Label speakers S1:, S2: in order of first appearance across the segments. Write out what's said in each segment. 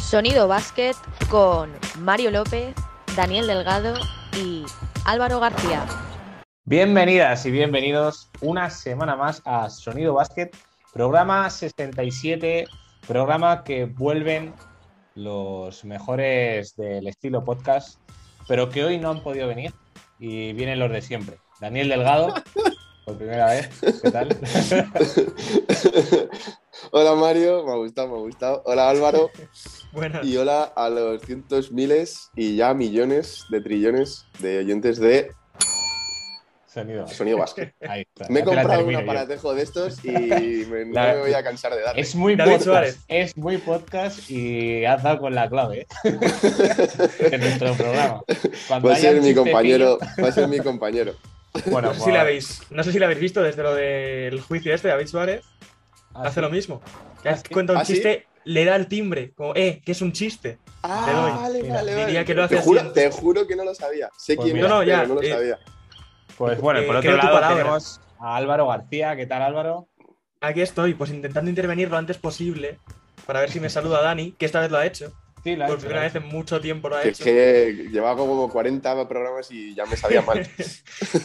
S1: Sonido Basket con Mario López, Daniel Delgado y Álvaro García.
S2: Bienvenidas y bienvenidos una semana más a Sonido Basket, programa 67, programa que vuelven los mejores del estilo podcast, pero que hoy no han podido venir y vienen los de siempre. Daniel Delgado, por primera vez, ¿qué tal?
S3: Hola Mario, me ha gustado, me ha gustado. Hola Álvaro
S4: Buenas.
S3: y hola a los cientos miles y ya millones de trillones de oyentes de
S2: Sonido Basket.
S3: Sonido Basket.
S2: Ahí está.
S3: Me he
S2: ya te la
S3: comprado un
S2: termino yo.
S3: aparatejo de estos y me- no
S2: La-
S3: me voy a cansar de darle.
S2: Es muy
S4: David
S2: podcast,
S4: Suárez.
S2: es muy podcast y has dado con la clave ¿eh? en nuestro programa. Cuando
S3: Va a
S2: haya
S3: ser
S2: un
S3: mi
S2: chistecillo-
S3: compañero, va a ser mi compañero.
S2: Bueno, pues,
S4: No sé, si la habéis, no sé si la habéis visto desde lo del juicio este, David Suárez
S2: Ah,
S4: hace
S2: sí.
S4: lo mismo. Que
S2: Ah, sí.
S4: cuenta un
S3: ¿Ah, sí?
S4: chiste, le da el timbre, como, eh, que es un chiste. Te doy.
S3: Ah, vale,
S2: Mira,
S3: vale,
S4: diría
S3: vale.
S4: que lo hace
S3: te,
S4: así
S3: juro,
S4: antes.
S3: te juro que no lo sabía. Sé
S2: Pues
S3: quién
S2: mira.
S3: es,
S4: No, no, ya,
S3: pero no lo
S4: eh,
S3: sabía.
S2: Pues bueno,
S4: Eh,
S2: por otro
S4: creo tu
S2: lado
S4: palabra.
S2: tenemos a Álvaro García. ¿Qué tal, Álvaro?
S4: Aquí estoy, pues intentando intervenir lo antes posible para ver si me saluda Dani, que esta vez lo ha hecho.
S2: Sí, la
S4: Por primera vez en mucho tiempo lo ha
S3: Que es
S4: hecho.
S3: que llevaba como 40 programas y ya me sabía mal.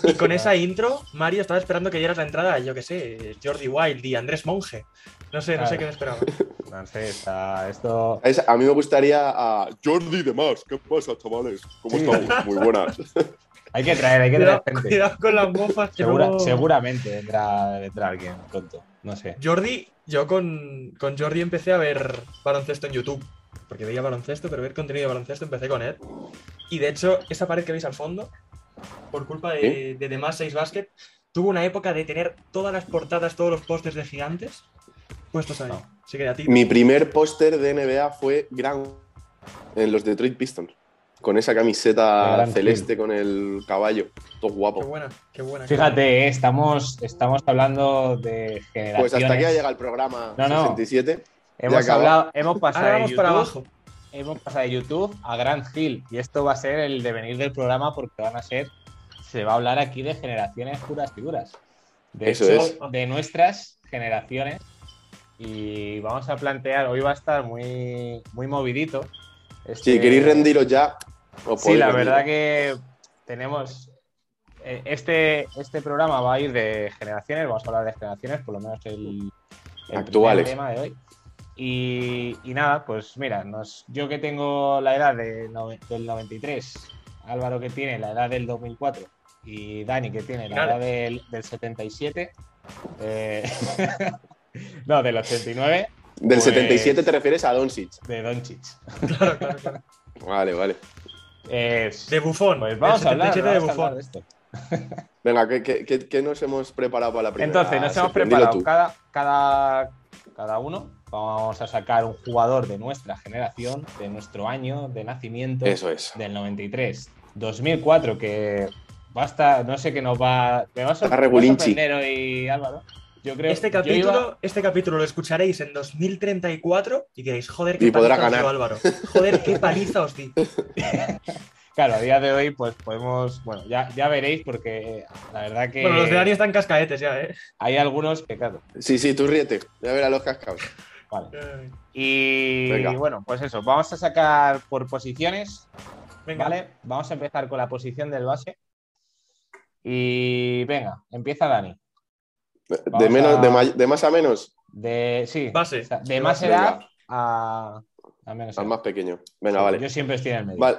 S4: Y con esa intro, Mario estaba esperando que dieras la entrada, yo qué sé, Jordi Wild y Andrés Monge. No sé, no sé
S2: Claro.
S4: qué me esperaba.
S2: No sé, está esto.
S3: ¿Sabes? A mí me gustaría a Jordi de más. ¿Qué pasa, chavales? ¿Cómo
S2: Sí.
S3: estamos? Muy buenas.
S2: Hay que traer, hay que traer
S4: Cuidado,
S2: gente.
S4: cuidado con las mofas. que
S2: Segura-
S4: luego-
S2: Seguramente vendrá, vendrá alguien pronto. No sé.
S4: Jordi, yo con, con Jordi empecé a ver baloncesto en YouTube. Porque veía baloncesto, pero ver contenido de baloncesto empecé con él. Y de hecho, esa pared que veis al fondo, por culpa de, de demás 6 Basket, tuvo una época de tener todas las portadas, todos los pósters de gigantes puestos ahí.
S2: No.
S4: Así que a ti.
S3: Ah. Mi primer póster de NBA fue Gran en los Detroit Pistons. Con esa camiseta
S2: Gran
S3: celeste con el caballo. Todo
S4: Qué
S3: guapo.
S4: buena, qué buena.
S2: Fíjate, eh, estamos, estamos hablando de generaciones.
S3: Pues hasta aquí ha llegado el programa
S2: No, no.
S3: 67.
S2: Hemos,
S3: ya acabó.
S2: hablado, hemos pasado
S4: Ahora
S2: de
S4: vamos para
S2: YouTube
S4: abajo.
S2: hemos pasado de YouTube a Grand Hill y esto va a ser el devenir del programa porque van a ser, se va a hablar aquí de generaciones puras y duras. De
S3: Eso
S2: hecho,
S3: es.
S2: de nuestras generaciones y vamos a plantear, hoy va a estar muy, muy movidito.
S3: Si
S2: este-
S3: queréis rendiros ya, os
S2: Sí,
S3: podéis
S2: la
S3: rendir.
S2: verdad que tenemos. eh, Este, este programa va a ir de generaciones, vamos a hablar de generaciones, por lo menos el, el
S3: Actuales.
S2: primer tema de hoy. Y, y nada, pues mira, nos, yo que tengo la edad de nove- del 93, Álvaro que tiene la edad del 2004 y Dani que tiene la
S4: Finales.
S2: edad del, del 77, eh, no, del 89,
S3: Del
S2: Pues-
S3: 77 te refieres a Doncic.
S2: de Donchich.
S4: Claro, claro, claro.
S3: Vale, vale.
S4: De bufón.
S2: pues vamos
S4: el
S2: a hablar, vamos a
S4: 77 de
S2: hablar
S4: bufón.
S2: de esto.
S3: Venga, ¿qué, qué- qué- qué nos hemos preparado para la primera?
S2: Entonces, nos hemos
S3: sección? Dilo
S2: preparado
S3: tú.
S2: cada, cada, cada uno. Vamos a sacar un jugador de nuestra generación, de nuestro año de nacimiento,
S3: Eso es.
S2: del 93. 2004, que basta, no sé qué nos va. Me va a sor-
S3: Está
S2: me va a
S3: regulinchi.
S2: sorprender hoy, Álvaro. Yo creo
S4: Este
S2: yo iba-
S4: capítulo, este capítulo lo escucharéis en 2034 y diréis, joder, qué
S3: Y podrá
S4: paliza os dio
S3: ganar.
S4: Álvaro. Joder, qué paliza os di.
S2: claro, a día de hoy, pues podemos. Bueno, ya, ya veréis, porque eh, la verdad que
S4: Bueno, los de Dani están cascaetes ya, ¿eh?
S2: hay algunos que, claro.
S3: Sí, sí, tú ríete. Ya verás los cascaos.
S2: Vale. Y
S3: Venga.
S2: bueno, pues eso, vamos a sacar por posiciones
S4: Venga,
S2: ¿Vale? Vamos a empezar con la posición del base. Y venga, empieza Dani.
S3: De,
S2: Vamos
S3: menos,
S2: a-
S3: de, may- de más a menos,
S2: De, sí,
S4: Base.
S2: o sea, de
S4: De
S2: más
S4: base.
S2: edad
S3: Venga.
S2: a, a menos
S3: al
S2: edad.
S3: más pequeño. Venga, vale.
S2: Yo siempre estoy en el medio.
S3: Vale.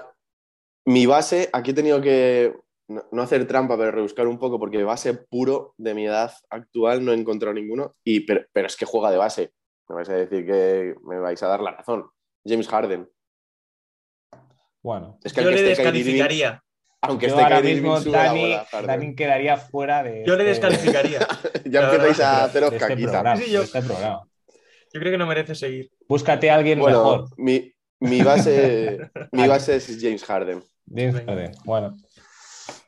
S3: Mi base, aquí he tenido que no, no hacer trampa, pero rebuscar un poco, porque base puro de mi edad actual no he encontrado ninguno. Y, pero, pero es que juega de base. Me vais a decir que me vais a dar la razón. James Harden.
S2: Bueno,
S3: Es que
S4: yo
S3: aunque
S4: le
S3: esté Kyrie Irving-
S4: descalificaría.
S3: aunque
S2: yo
S3: esté
S2: ahora
S3: Kyrie Irving,
S2: mismo
S3: este sube la
S2: Dani,
S3: bola a Harden.
S2: Dani quedaría fuera de.
S3: Eh,
S4: Yo le
S2: este-
S4: descalificaría.
S3: Ya
S4: la
S3: empezáis
S4: verdad.
S3: a haceros
S2: de este,
S3: caquita.
S2: programa,
S4: Sí, sí, yo-
S2: de este programa.
S4: Yo creo que no merece seguir.
S2: Búscate a alguien mejor.
S3: Bueno, mi, mi base, mi base es James Harden.
S2: James
S4: venga.
S2: Harden. Bueno.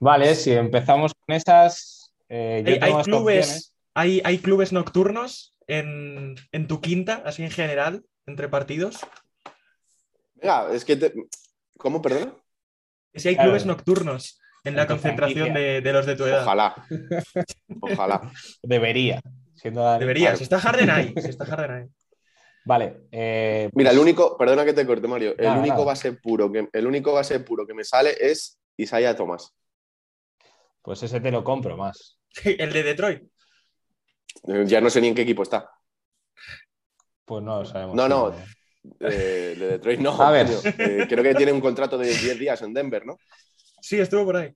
S2: Vale, si empezamos con esas. eh, yo
S4: Hay, hay
S2: tengo dos opciones.
S4: clubes, hay, hay clubes nocturnos en, en tu quinta, así en general, entre partidos.
S3: Venga, es que te... ¿Cómo, perdona?
S4: Que Si hay
S2: Claro.
S4: clubes nocturnos en la
S2: En tu
S4: concentración de, de los de tu edad.
S3: Ojalá. Ojalá.
S2: Debería. Siendo Dani.
S4: Deberías. Si está Harden ahí. Si está Harden ahí.
S2: Vale. eh,
S3: Mira, el único, perdona que te corte, Mario, el
S2: Nada,
S3: único
S2: nada.
S3: base puro que el único base puro que me sale es Isaiah Thomas.
S2: Pues ese te lo compro más.
S4: El de Detroit.
S3: Eh, Ya no sé ni en qué equipo está.
S2: Pues no lo sabemos.
S3: No, no. Eh, de Detroit no.
S2: A ver.
S3: coño. Eh, creo que tiene un contrato de 10 días en Denver, ¿no?
S4: Sí, estuvo por ahí.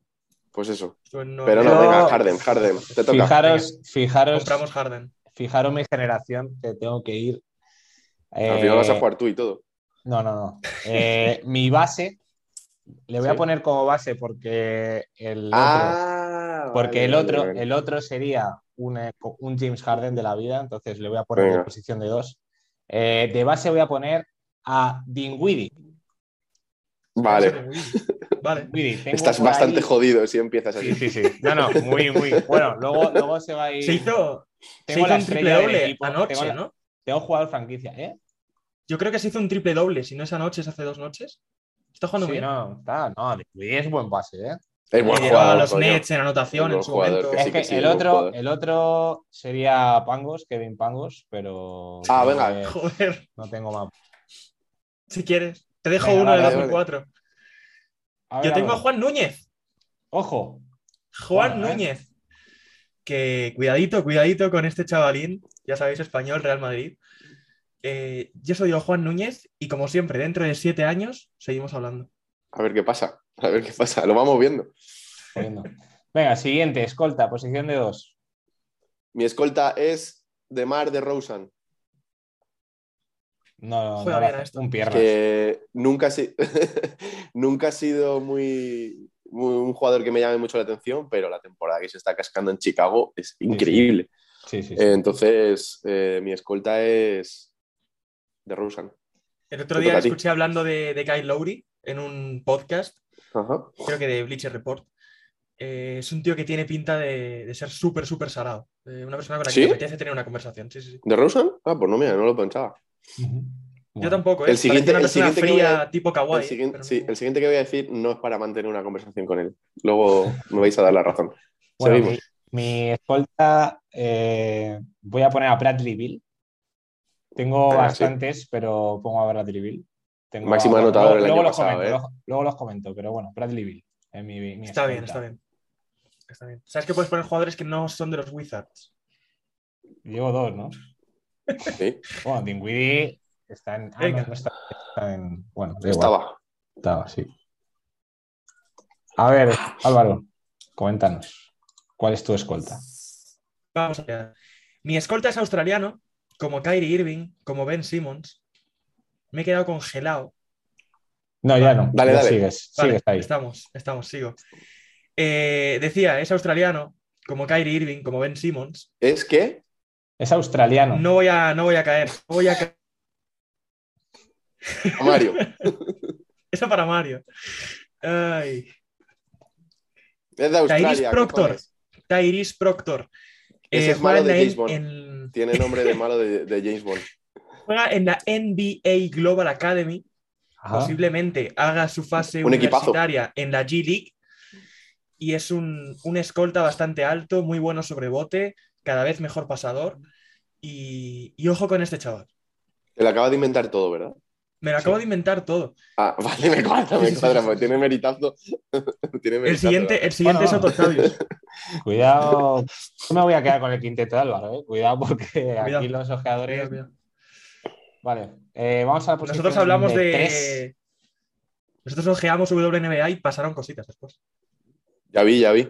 S3: Pues eso.
S4: Estuvo en Nueva
S3: Pero no,
S4: York.
S3: venga, Harden, Harden, te toca.
S2: Fijaros, fijaros,
S4: Compramos Harden.
S2: fijaros mi generación que tengo que ir.
S3: Al
S2: Eh,
S3: final vas a jugar tú y todo.
S2: No, no, no. Eh, mi base, le voy a
S3: Sí.
S2: poner como base porque el otro,
S3: Ah,
S2: porque
S3: vale,
S2: el
S3: vale,
S2: otro,
S3: vale.
S2: el otro sería un, eh, un James Harden de la vida, entonces le voy a poner
S3: Venga.
S2: en posición de dos. Eh, de base voy a poner a Dinwiddie.
S3: Vale.
S4: Vale.
S2: Dinwiddie, tengo
S3: Estás
S2: por
S3: bastante
S2: ahí-
S3: jodido si empiezas
S2: Sí, sí,
S3: así.
S2: sí. No, no, muy, muy. Bueno, luego, luego se va a ir.
S4: Se hizo, se
S2: Tengo
S4: hizo
S2: la
S4: un triple
S2: estrella del
S4: doble
S2: equipo, tengo
S4: anoche,
S2: la-
S4: ¿no?
S2: Tengo jugador franquicia, ¿eh?
S4: Yo creo que se hizo un triple doble, si no es anoche, es hace dos noches. Ah, Está jugando
S2: Sí,
S4: bien.
S2: no, está, no, Dinwiddie es buen base, ¿eh?
S3: Es buen
S4: Y llevaba a
S3: jugador.
S4: los
S3: coño.
S4: Nets en anotación
S3: Buen
S4: en su
S3: jugador,
S4: momento.
S3: que
S2: Es
S3: sí,
S2: que el
S3: buen
S2: otro,
S3: jugador.
S2: el otro sería Pangos, Kevin Pangos, pero.
S3: Ah, venga.
S2: eh,
S4: Joder,
S2: No tengo más.
S4: si quieres. Te dejo
S2: Venga,
S4: uno
S2: vale,
S4: del
S3: vale.
S4: 2004.
S2: A ver,
S4: Yo tengo a
S2: vamos.
S4: Juan Núñez.
S2: Ojo.
S4: Juan
S2: Bueno, eh.
S4: Núñez. Que cuidadito, cuidadito con este chavalín. Ya sabéis, español, Real Madrid. Eh, yo soy yo, Juan Núñez, y como siempre, dentro de siete años seguimos hablando.
S3: A ver qué pasa. A ver qué pasa. Lo vamos viendo.
S2: jodiendo. Venga, siguiente, escolta, posición de dos.
S3: Mi escolta es de Mar de Rosen,
S2: No, no,
S4: Juega
S2: no
S4: bien
S2: la-
S4: a esto.
S2: un piernas.
S3: que nunca ha, si- nunca ha sido muy, muy- un jugador que me llame mucho la atención, pero la temporada que se está cascando en Chicago es increíble.
S2: Sí, sí, sí.
S3: Eh, entonces, eh, mi escolta es de Rosen.
S4: El otro
S3: Te
S4: día
S3: toca a
S4: le
S3: ti.
S4: escuché hablando de, de Kyle Lowry en un podcast
S3: Ajá.
S4: creo que de Bleacher Report. Eh, es un tío que tiene pinta de, de ser súper, súper sarado. Eh, una persona con la que
S3: ¿Sí?
S4: te apetece tener una conversación. Sí, sí, sí.
S3: ¿De Rosen? Ah, pues no, mira, no lo pensaba.
S2: Ujú.
S4: Yo
S2: Bueno,
S4: tampoco, ¿eh?
S3: El siguiente-
S4: Parecía una
S3: el
S4: persona
S3: siguiente que
S4: fría,
S3: voy
S4: tipo kawaii.
S3: El siguiente,
S4: pero no-
S3: sí, el siguiente que voy a decir no es para mantener una conversación con él. Luego me vais a dar la razón.
S2: bueno,
S3: Seguimos.
S2: Mi, mi escolta, eh, voy a poner a Bradley Bill. Tengo
S3: Venga, Ah, sí.
S2: bastantes, pero pongo a Bradley Bill. Tengo
S3: Máximo
S2: a-
S3: anotador
S2: luego-
S3: el año
S2: luego los
S3: pasado,
S2: comento,
S3: ¿eh?
S2: luego- luego los comento, pero bueno, Bradley Bill. es mi- mi
S4: Está bien,
S2: escolta.
S4: está bien. Está bien. Sabes que puedes poner jugadores que no son de los Wizards.
S2: Llevo dos, ¿no?
S3: Sí,
S2: Bueno, Dinwiddie está en. ah,
S4: Venga.
S2: no, no está, está en. Bueno, da igual.
S3: estaba.
S2: Estaba, sí. A ver, Álvaro, coméntanos. ¿Cuál es tu escolta?
S4: Vamos allá. Mi escolta es australiano, como Kyrie Irving, como Ben Simmons. Me he quedado congelado
S2: No, ya no.
S3: Dale,
S2: ya
S3: dale.
S2: Sigues,
S4: Vale,
S2: sigues ahí.
S4: Estamos, estamos, sigo. Eh, decía, es australiano, como Kyrie Irving, como Ben Simmons.
S3: Es que
S2: Es australiano.
S4: No voy a, no voy a caer, no voy a caer.
S3: Mario.
S4: Eso para Mario. Ay.
S3: Es de Australia.
S4: Tyrese Proctor.
S3: cojones.
S4: Tyrese Proctor.
S3: Ese
S4: Eh,
S3: es malo
S4: juega
S3: de
S4: en
S3: James
S4: la N-
S3: Bond.
S4: en-
S3: Tiene nombre de malo de, de James Bond.
S4: juega en la NBA Global Academy.
S2: Ajá.
S4: Posiblemente haga su fase
S3: Un equipazo.
S4: universitaria en la G League. Y es un, un escolta bastante alto, muy bueno sobre bote, cada vez mejor pasador. Y, y ojo con este chaval.
S3: Te lo acaba de inventar todo, ¿verdad?
S4: Me lo acabo de inventar todo.
S3: Ah, vale, me cuadra,
S4: Sí,
S3: me
S4: sí,
S3: cuadra,
S4: sí,
S3: porque tiene meritazo. Tiene
S4: El
S3: meritazo,
S4: siguiente, el siguiente
S2: Bueno,
S4: es Otto Octavius.
S2: Cuidado. Yo me voy a quedar con el quinteto de Álvaro, ¿eh? Cuidado porque
S4: Cuidado.
S2: aquí los ojeadores. Vale. eh, vamos a la posición
S4: Nosotros hablamos de.
S2: tres.
S4: Nosotros ojeamos WNBA y pasaron cositas después.
S3: Ya vi, ya vi.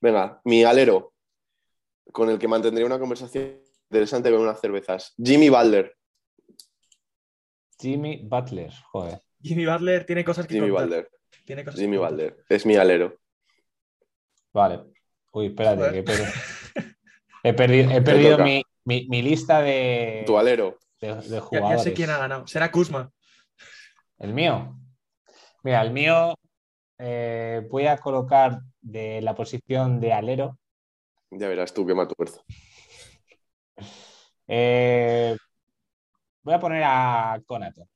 S3: Venga, mi alero, con el que mantendría una conversación interesante con unas cervezas. Jimmy Balder.
S2: Jimmy Butler. Joder.
S4: Jimmy Butler tiene cosas que
S3: Jimmy
S4: contar.
S3: Balder.
S4: Tiene cosas
S3: Jimmy
S4: que contar.
S3: Balder. Es mi alero.
S2: Vale. Uy, espérate,
S4: Joder.
S2: que he perdido. He perdido, he perdido
S3: toca.
S2: mi, mi- mi lista de,
S3: Tu alero.
S2: de- de
S4: Ya- Ya,
S2: jugadores.
S4: sé quién ha ganado. Será Kuzma.
S2: El mío. Mira, el mío eh, voy a colocar de la posición de alero.
S3: Ya verás tú qué matuerzo.
S2: Eh, voy a poner a Conato.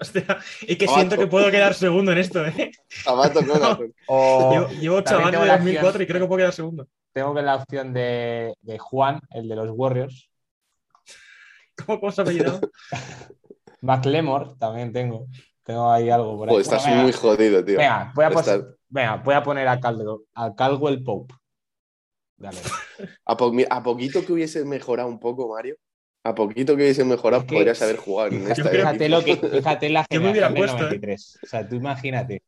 S4: Hostia, y que
S3: Abajo.
S4: siento que puedo quedar segundo en esto, ¿eh?
S3: Abato Conaton.
S2: O
S4: Llevo,
S2: También
S4: llevo chaval
S2: tengo
S4: de
S2: la
S4: 2004
S2: opción.
S4: y creo que puedo quedar segundo.
S2: tengo que la opción de, de Juan, el de los Warriors.
S4: ¿Cómo, cómo se ha apellidado?
S2: McLemore también tengo. Tengo ahí algo por ahí.
S3: Joder, estás
S2: Bueno, venga,
S3: muy jodido, tío.
S2: venga, voy a, pos-
S3: Estás-
S2: venga, voy a poner a, Caldo- a Caldwell Pope. Dale.
S3: A, po- a poquito que hubiese mejorado un poco, Mario. A poquito que hubiese mejorado,
S2: Es que-
S3: podrías haber jugado en esta.
S4: creo-
S3: eh,
S2: Fíjate, lo que, fíjate la
S4: Yo me hubiera
S2: generación del
S4: puesto,
S2: 93.
S4: ¿eh?
S2: O sea, tú imagínate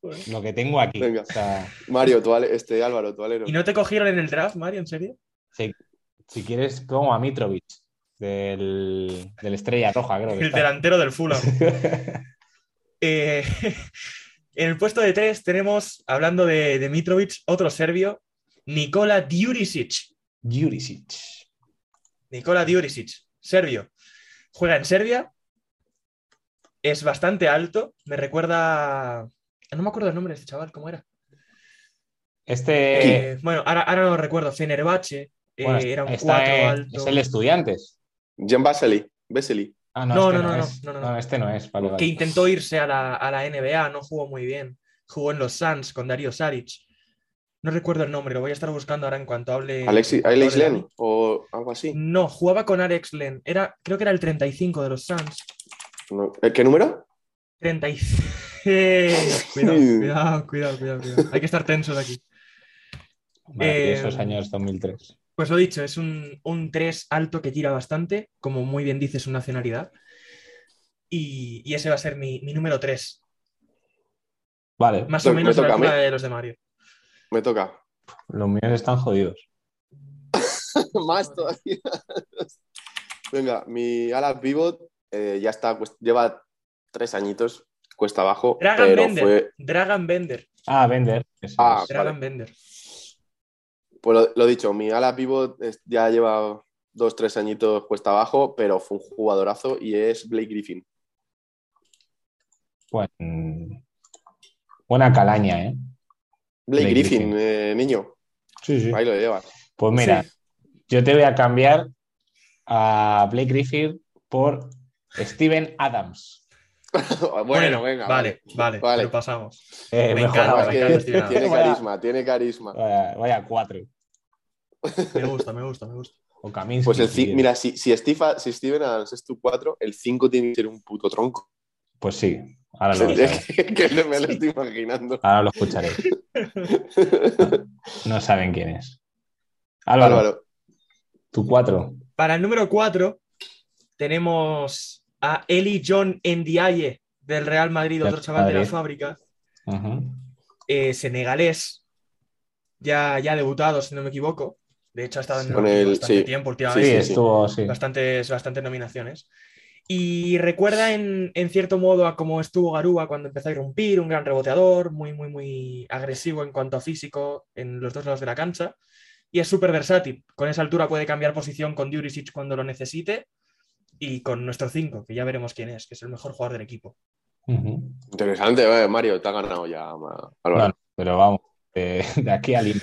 S4: Joder.
S2: lo que tengo aquí.
S3: Venga.
S2: O sea,
S3: Mario, tú, ale- este Álvaro, tú alero.
S4: ¿Y no te cogieron en el draft, Mario? ¿En serio?
S2: si, si quieres, como a Mitrovic, del, del Estrella Roja, creo que
S4: El
S2: está.
S4: delantero del Fulham. Eh, en el puesto de tres tenemos, hablando de, de Mitrovic, otro serbio, Nikola Djuricic.
S2: Jurisic.
S4: Nikola Djuricic, serbio. Juega en Serbia. Es bastante alto. Me recuerda. No me acuerdo el nombre de este chaval, ¿cómo era?
S2: Este
S4: Eh, bueno, ahora, ahora no lo recuerdo. Fenerbahce. eh,
S2: bueno,
S4: era un
S2: está
S4: 4
S2: en-
S4: alto.
S2: es el de Estudiantes.
S3: Jean Vesely. Vesely.
S2: Ah, no,
S4: No,
S2: este
S4: no, no,
S2: es.
S4: no, no, no.
S2: este no es. vale, vale.
S4: que intentó irse a la, a la NBA, no jugó muy bien. Jugó en los Suns con Dario Saric. No recuerdo el nombre, lo voy a estar buscando ahora en cuanto hable.
S3: Alexis,
S4: cuando
S3: Alex
S4: hable
S3: Len,
S4: Dani.
S3: o algo así.
S4: No, jugaba con Alex Len. Era, creo que era el 35 de los Suns.
S3: No. ¿Eh, ¿Qué número?
S4: 35. cuidado, cuidado, cuidado, cuidado, cuidado. Hay que estar tensos aquí.
S2: Vale, esos
S4: eh,
S2: años 2003.
S4: Pues lo dicho, es un, un 3 alto que tira bastante, como muy bien dice su nacionalidad. Y, y ese va a ser mi, mi número 3.
S2: Vale,
S4: Más o
S3: Pues Me- me
S4: menos a la
S3: toca a mí.
S4: altura de los de Mario.
S3: Me toca.
S2: los míos están jodidos.
S3: Más todavía. Venga, mi ala pivot eh, ya está, cuest- lleva tres añitos, cuesta abajo,
S4: Dragan
S3: pero
S4: Bender.
S3: fue...
S4: Dragan Bender.
S2: Ah, Bender. ese
S3: Ah,
S2: es.
S4: Dragan
S3: Vale.
S4: Bender.
S3: Pues lo, lo dicho, mi ala pivot es- ya lleva dos, tres añitos cuesta abajo, pero fue un jugadorazo y es Blake Griffin.
S2: Buen- buena calaña, ¿eh?
S3: Blake,
S2: Blake
S3: Griffin,
S2: Griffin.
S3: eh, niño,
S2: Sí, sí.
S3: ahí lo llevas.
S2: Pues mira, yo te voy a cambiar a Blake Griffith por Steven Adams.
S3: bueno, venga.
S4: Vale, vale,
S3: Vale.
S4: lo pasamos.
S2: Eh,
S4: Me
S2: mejor,
S4: encanta,
S3: No,
S2: vaya,
S3: es
S4: me
S3: que
S4: encanta, Steven Adams.
S3: tiene
S2: Vaya-
S3: carisma, tiene carisma.
S2: Vaya, vaya cuatro.
S4: Me gusta, me gusta, me gusta.
S2: O Kaminsky,
S3: Pues el
S2: si
S3: ci-
S2: quieres.
S3: mira, si, si, Steve- si Steven Adams es tu 4, el 5 tiene que ser un puto tronco.
S2: Pues sí, ahora lo, vas a ver.
S3: que, que me lo estoy imaginando.
S2: ahora lo escucharé. No saben quién es. Álvaro,
S3: Álvaro,
S2: tu cuatro.
S4: Para el número 4 tenemos a Eli John Ndiaye del Real Madrid,
S2: Del
S4: otro chaval de la
S2: Madrid.
S4: fábrica,
S2: Ujú.
S4: eh, senegalés, ya, ya debutado, si no me equivoco. De hecho, ha estado en
S2: Sí.
S4: el
S3: Con
S4: Olímpico
S3: el-
S4: bastante
S3: sí.
S4: tiempo
S2: Sí,
S4: últimamente.
S3: Ah, sí, sí.
S2: estuvo, sí.
S4: bastantes, bastantes nominaciones. Y recuerda en, en cierto modo a cómo estuvo Garúa cuando empezó a irrumpir, un gran reboteador, muy, muy, muy agresivo en cuanto a físico en los dos lados de la cancha. Y es súper versátil. Con esa altura puede cambiar posición con Djuricic cuando lo necesite y con nuestro 5, que ya veremos quién es, que es el mejor jugador del equipo.
S2: Ujú.
S3: interesante, eh, Mario, te ha ganado ya, ma- Álvaro.
S2: Bueno, pero vamos, eh, de aquí al in-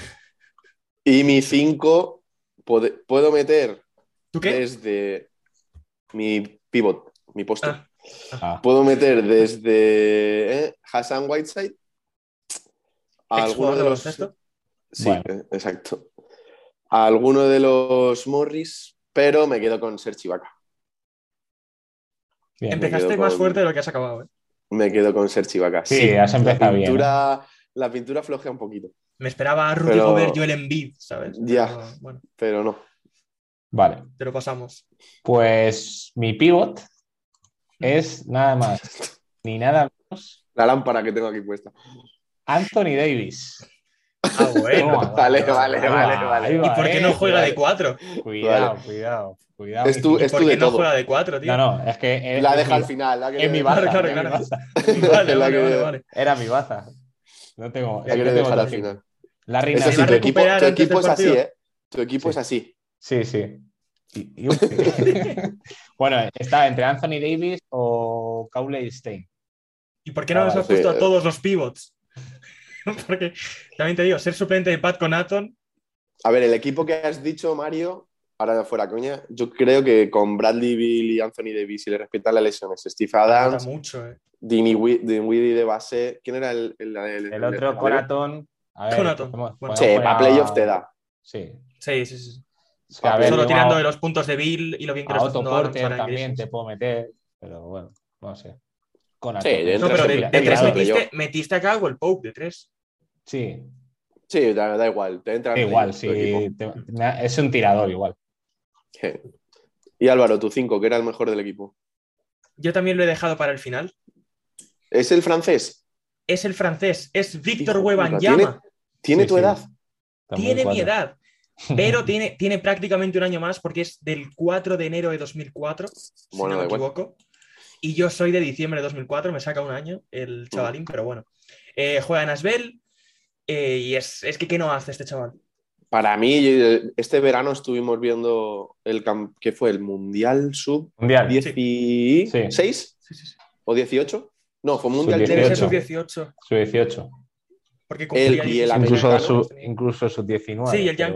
S3: Y mi 5 puedo meter
S4: ¿Tú
S3: Eh,
S4: qué?
S3: desde mi pivot, mi poste.
S4: Ah.
S2: ah,
S3: Puedo meter desde eh, Hassan Whiteside a alguno
S4: ¿Exjugador
S3: de
S4: de
S3: los.
S4: baloncesto?
S3: Sí,
S2: Bueno.
S3: eh, exacto. A alguno de los Morris, pero me quedo con Serge Ibaka.
S2: bien.
S3: Empe-
S4: Empezaste
S3: quedo
S4: más
S3: con-
S4: fuerte de lo que has acabado. ¿eh?
S3: Me quedo con Serge Ibaka.
S2: Sí, has
S3: la
S2: empezado bien. ¿eh?
S3: pintura, La pintura flojea un poquito,
S4: Me esperaba a Rudy
S3: Pero-
S4: Gobert, Joel Embiid, ¿sabes?
S3: Ya.
S4: Pero, bueno,
S3: pero no.
S2: Vale,
S4: te lo pasamos.
S2: pues mi pivot es nada más ni nada menos
S3: La lámpara que tengo aquí puesta.
S2: Anthony Davis.
S4: Ah, bueno.
S2: Toma,
S3: Vale,
S2: toma,
S3: vale,
S2: toma,
S3: vale,
S2: ahí
S3: vale.
S4: ¿Y
S2: va,
S4: por qué
S2: eh,
S4: no juega
S2: cuidado,
S4: de 4?
S2: Cuidado,
S3: Vale.
S2: cuidado, cuidado.
S3: Es tu-
S2: mi-
S3: es
S4: ¿Por
S3: tu
S4: qué
S3: de
S4: no
S3: todo.
S4: juega de cuatro, tío?
S2: No, no, es que es-
S3: La
S2: es
S3: deja
S2: mi-
S3: al final. La que
S2: es Eh, mi
S3: la
S2: baza,
S4: Claro, claro,
S2: es mi
S4: claro.
S2: baza.
S4: Vale,
S3: La
S4: vale,
S3: que-
S4: vale, vale.
S2: Era mi baza. No tengo, es que
S3: quiere
S2: tengo
S3: dejar al
S2: otro equipo.
S3: final.
S2: Larry
S3: Eso
S4: Se
S2: Nance.
S4: va
S3: sí,
S4: a
S3: tu equipo,
S4: recuperar
S3: tu
S4: antes del
S3: equipo es así,
S4: partido.
S3: ¿eh? Tu equipo
S2: Sí.
S3: es así.
S2: Sí, sí. Y- y un- bueno, está entre Anthony Davis o Cowley Stein.
S4: ¿Y por qué no
S2: Ah,
S4: nos
S2: vale,
S4: has puesto
S3: sí. eh.
S4: a todos los pivots? Porque también te digo, ser suplente de Pat Conaton,
S3: A ver, el equipo que has dicho, Mario, ahora fuera coña, yo creo que con Bradley Bill y Anthony Davis, si le respetan las lesiones, Steve
S4: nota
S3: Adams,
S4: mucho, ¿eh?
S3: Dinwiddie de base, ¿quién era el, el, el-
S2: El otro,
S3: el-
S2: Conaton. A ver,
S4: Conaton.
S2: podemos-
S4: Bueno.
S3: Sí,
S2: podemos
S3: para
S2: poner a-
S3: playoff te da.
S2: Sí,
S4: Sí, sí, sí.
S2: Es que, a ver,
S4: Solo
S2: yo
S4: tirando
S2: a-
S4: de los puntos de Bill y lo bien que
S2: a
S4: lo está haciendo Adams
S2: autoporter
S4: ahora en
S2: también te
S4: Grizzlies.
S2: puedo meter, pero bueno, no sé. Con
S3: Sí,
S2: autoporter.
S4: No,
S3: Entra
S4: pero de,
S3: Sofía,
S4: de
S3: entra
S4: tres
S3: Sofía.
S4: metiste, metiste acá o el Pope de tres.
S2: Sí,
S3: Sí, da, da igual, te entra
S2: da igual,
S3: tu
S2: sí.
S3: equipo.
S2: te- na- es un tirador igual.
S3: Y Álvaro, tu 5, que era el mejor del equipo.
S4: Yo también lo he dejado para el final.
S3: ¿Es el francés?
S4: Es el francés, es Víctor
S3: Hijo de puta,
S4: Webanyama.
S3: ¿Tiene
S2: Sí,
S3: tu
S2: sí.
S3: edad?
S2: También
S4: Tiene mi
S2: cuatro.
S4: edad, pero tiene, tiene prácticamente un año más porque es del 4 de enero de 2004, si
S3: Bueno,
S4: no
S3: da
S4: me
S3: igual.
S4: equivoco. Y yo soy de diciembre de 2004, me saca un año
S3: Mm.
S4: el chavalín, pero bueno. Eh, juega en Asbel eh, y es, es que ¿qué no hace este chaval?
S3: Para mí, eh, este verano estuvimos viendo el cam- ¿qué fue? ¿El Mundial Sub
S2: Mundial.
S3: 16
S4: Sí, sí, sí.
S3: o 18? No, fue Mundial
S2: Sub-
S4: Debe ser
S3: 18.
S2: Sub-
S4: sub-18.
S2: Su 18.
S4: Porque
S3: Él
S4: cumplía
S3: y el
S4: 16 años,
S2: Incluso
S3: americano
S2: su,
S4: tenía.
S2: incluso su 19.
S4: Sí, y el
S2: pero-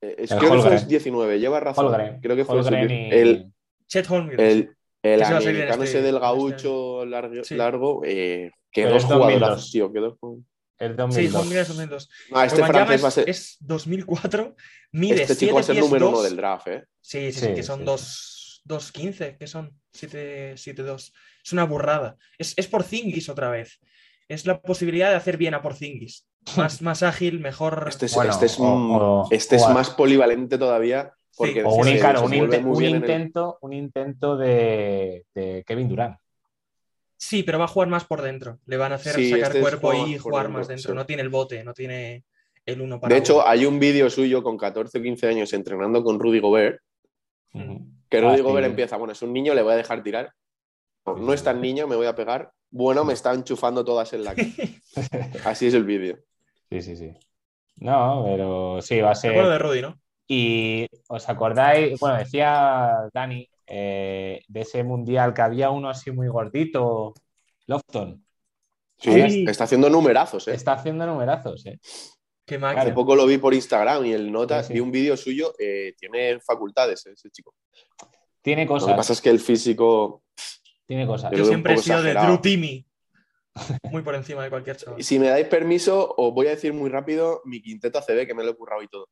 S4: Yankee.
S3: Eh, es-
S2: El
S3: creo que fue
S2: Holgren.
S3: 19, lleva razón.
S2: Holgren.
S3: Creo que fue
S2: Holgren
S3: sub-
S2: y-
S3: el,
S4: Chet Holmgren.
S3: el, el
S4: Ese va a salir en
S3: americano
S4: este-
S3: ese del
S4: en este
S3: gaucho largo,
S4: Sí.
S3: largo eh, que
S2: Pero
S3: dos
S2: es 2002.
S3: jugadorazos, tío. Que dos... ju-
S2: el
S4: Sí,
S2: 2002.
S4: Holmgren es 2002.
S3: No, este
S4: Wembanyama
S3: francés
S4: es,
S3: va a ser.
S4: es 2004, mide
S3: Este chico va a ser
S4: 7 pies
S3: número uno
S4: 2.
S3: del draft, ¿eh?
S4: Sí, sí,
S2: Sí,
S4: sí, que son
S2: sí,
S4: dos 2.15, que son 7-2. Es una burrada. Es, es por Zingis otra vez. Es la posibilidad de hacer bien a por Zingis. Más, más ágil, mejor.
S3: Este es,
S2: Bueno,
S3: este es,
S2: o-
S3: un-
S2: o-
S3: este es
S2: o-
S3: más polivalente todavía. Porque
S2: O un,
S3: se-
S2: claro,
S3: se
S2: un,
S3: mueve
S2: inte-
S3: muy
S2: un
S3: bien en el-
S2: intento, un intento de, de Kevin Durant.
S4: Sí, pero va a jugar más por dentro. Le van a hacer
S3: Sí,
S4: sacar
S3: este es
S4: cuerpo
S3: jugar
S4: y
S3: más por
S4: jugar
S3: dentro,
S4: más dentro.
S3: sí.
S4: No tiene el bote, no tiene el uno para
S3: De hecho,
S4: uno.
S3: hay un vídeo suyo con 14 o 15 años entrenando con Rudy Gobert.
S2: Ujú.
S3: Que
S2: Ah,
S3: Rudy
S2: sí.
S3: Gobert empieza, bueno, es un niño, le voy a dejar tirar. No, no es tan niño, me voy a pegar. Bueno, me está enchufando todas en la cara. Así es el vídeo.
S2: Sí, sí, sí. No, pero sí, va a
S4: Me
S2: ser.
S4: acuerdo de Rudy, ¿no?
S2: Y os acordáis, bueno, decía Dani, eh, de ese mundial que había uno así muy gordito, Lofton.
S3: Sí,
S4: Sí.
S3: está haciendo numerazos, ¿eh?
S2: Está haciendo numerazos, ¿eh?
S4: Qué
S3: Hace
S4: máquina.
S3: poco lo vi por Instagram y el nota,
S2: Sí, sí.
S3: vi un vídeo suyo, eh, tiene facultades eh, ese chico.
S2: Tiene
S3: Lo que
S2: cosas,
S3: pasa es que el físico,
S2: tiene cosas.
S3: Yo creo
S4: Yo
S3: que un
S4: siempre he
S3: poco
S4: sido
S3: exagerado.
S4: de Drew Timmy. Muy por encima de cualquier chaval.
S3: si me dais permiso, os voy a decir muy rápido mi quinteto ACB que me lo he currado y todo.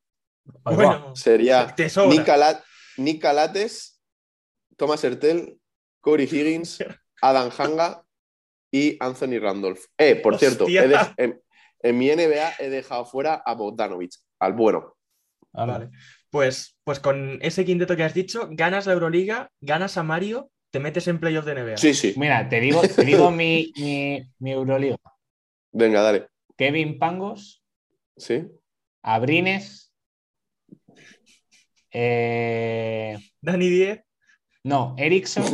S2: Pues
S4: Bueno,
S3: Sería
S4: te sobra.
S3: Nick, Cala- Nick Calates, Thomas Ertel, Corey Higgins, Adam Hanga y Anthony Randolph. Eh, por cierto,
S4: Hostia.
S3: he dej- en, en mi NBA he dejado fuera a Bogdanovich, al bueno.
S2: Ah,
S4: Vale. Pues, pues con ese quinteto que has dicho, ganas la Euroliga, ganas a Mario, te metes en playoff de NBA.
S3: Sí, sí,
S2: Mira, te digo, te digo mi, mi, mi Euroliga.
S3: venga, dale.
S2: Kevin Pangos,
S3: Sí.
S2: Abrines. eh,
S4: Dani 10,
S2: no, Erickson,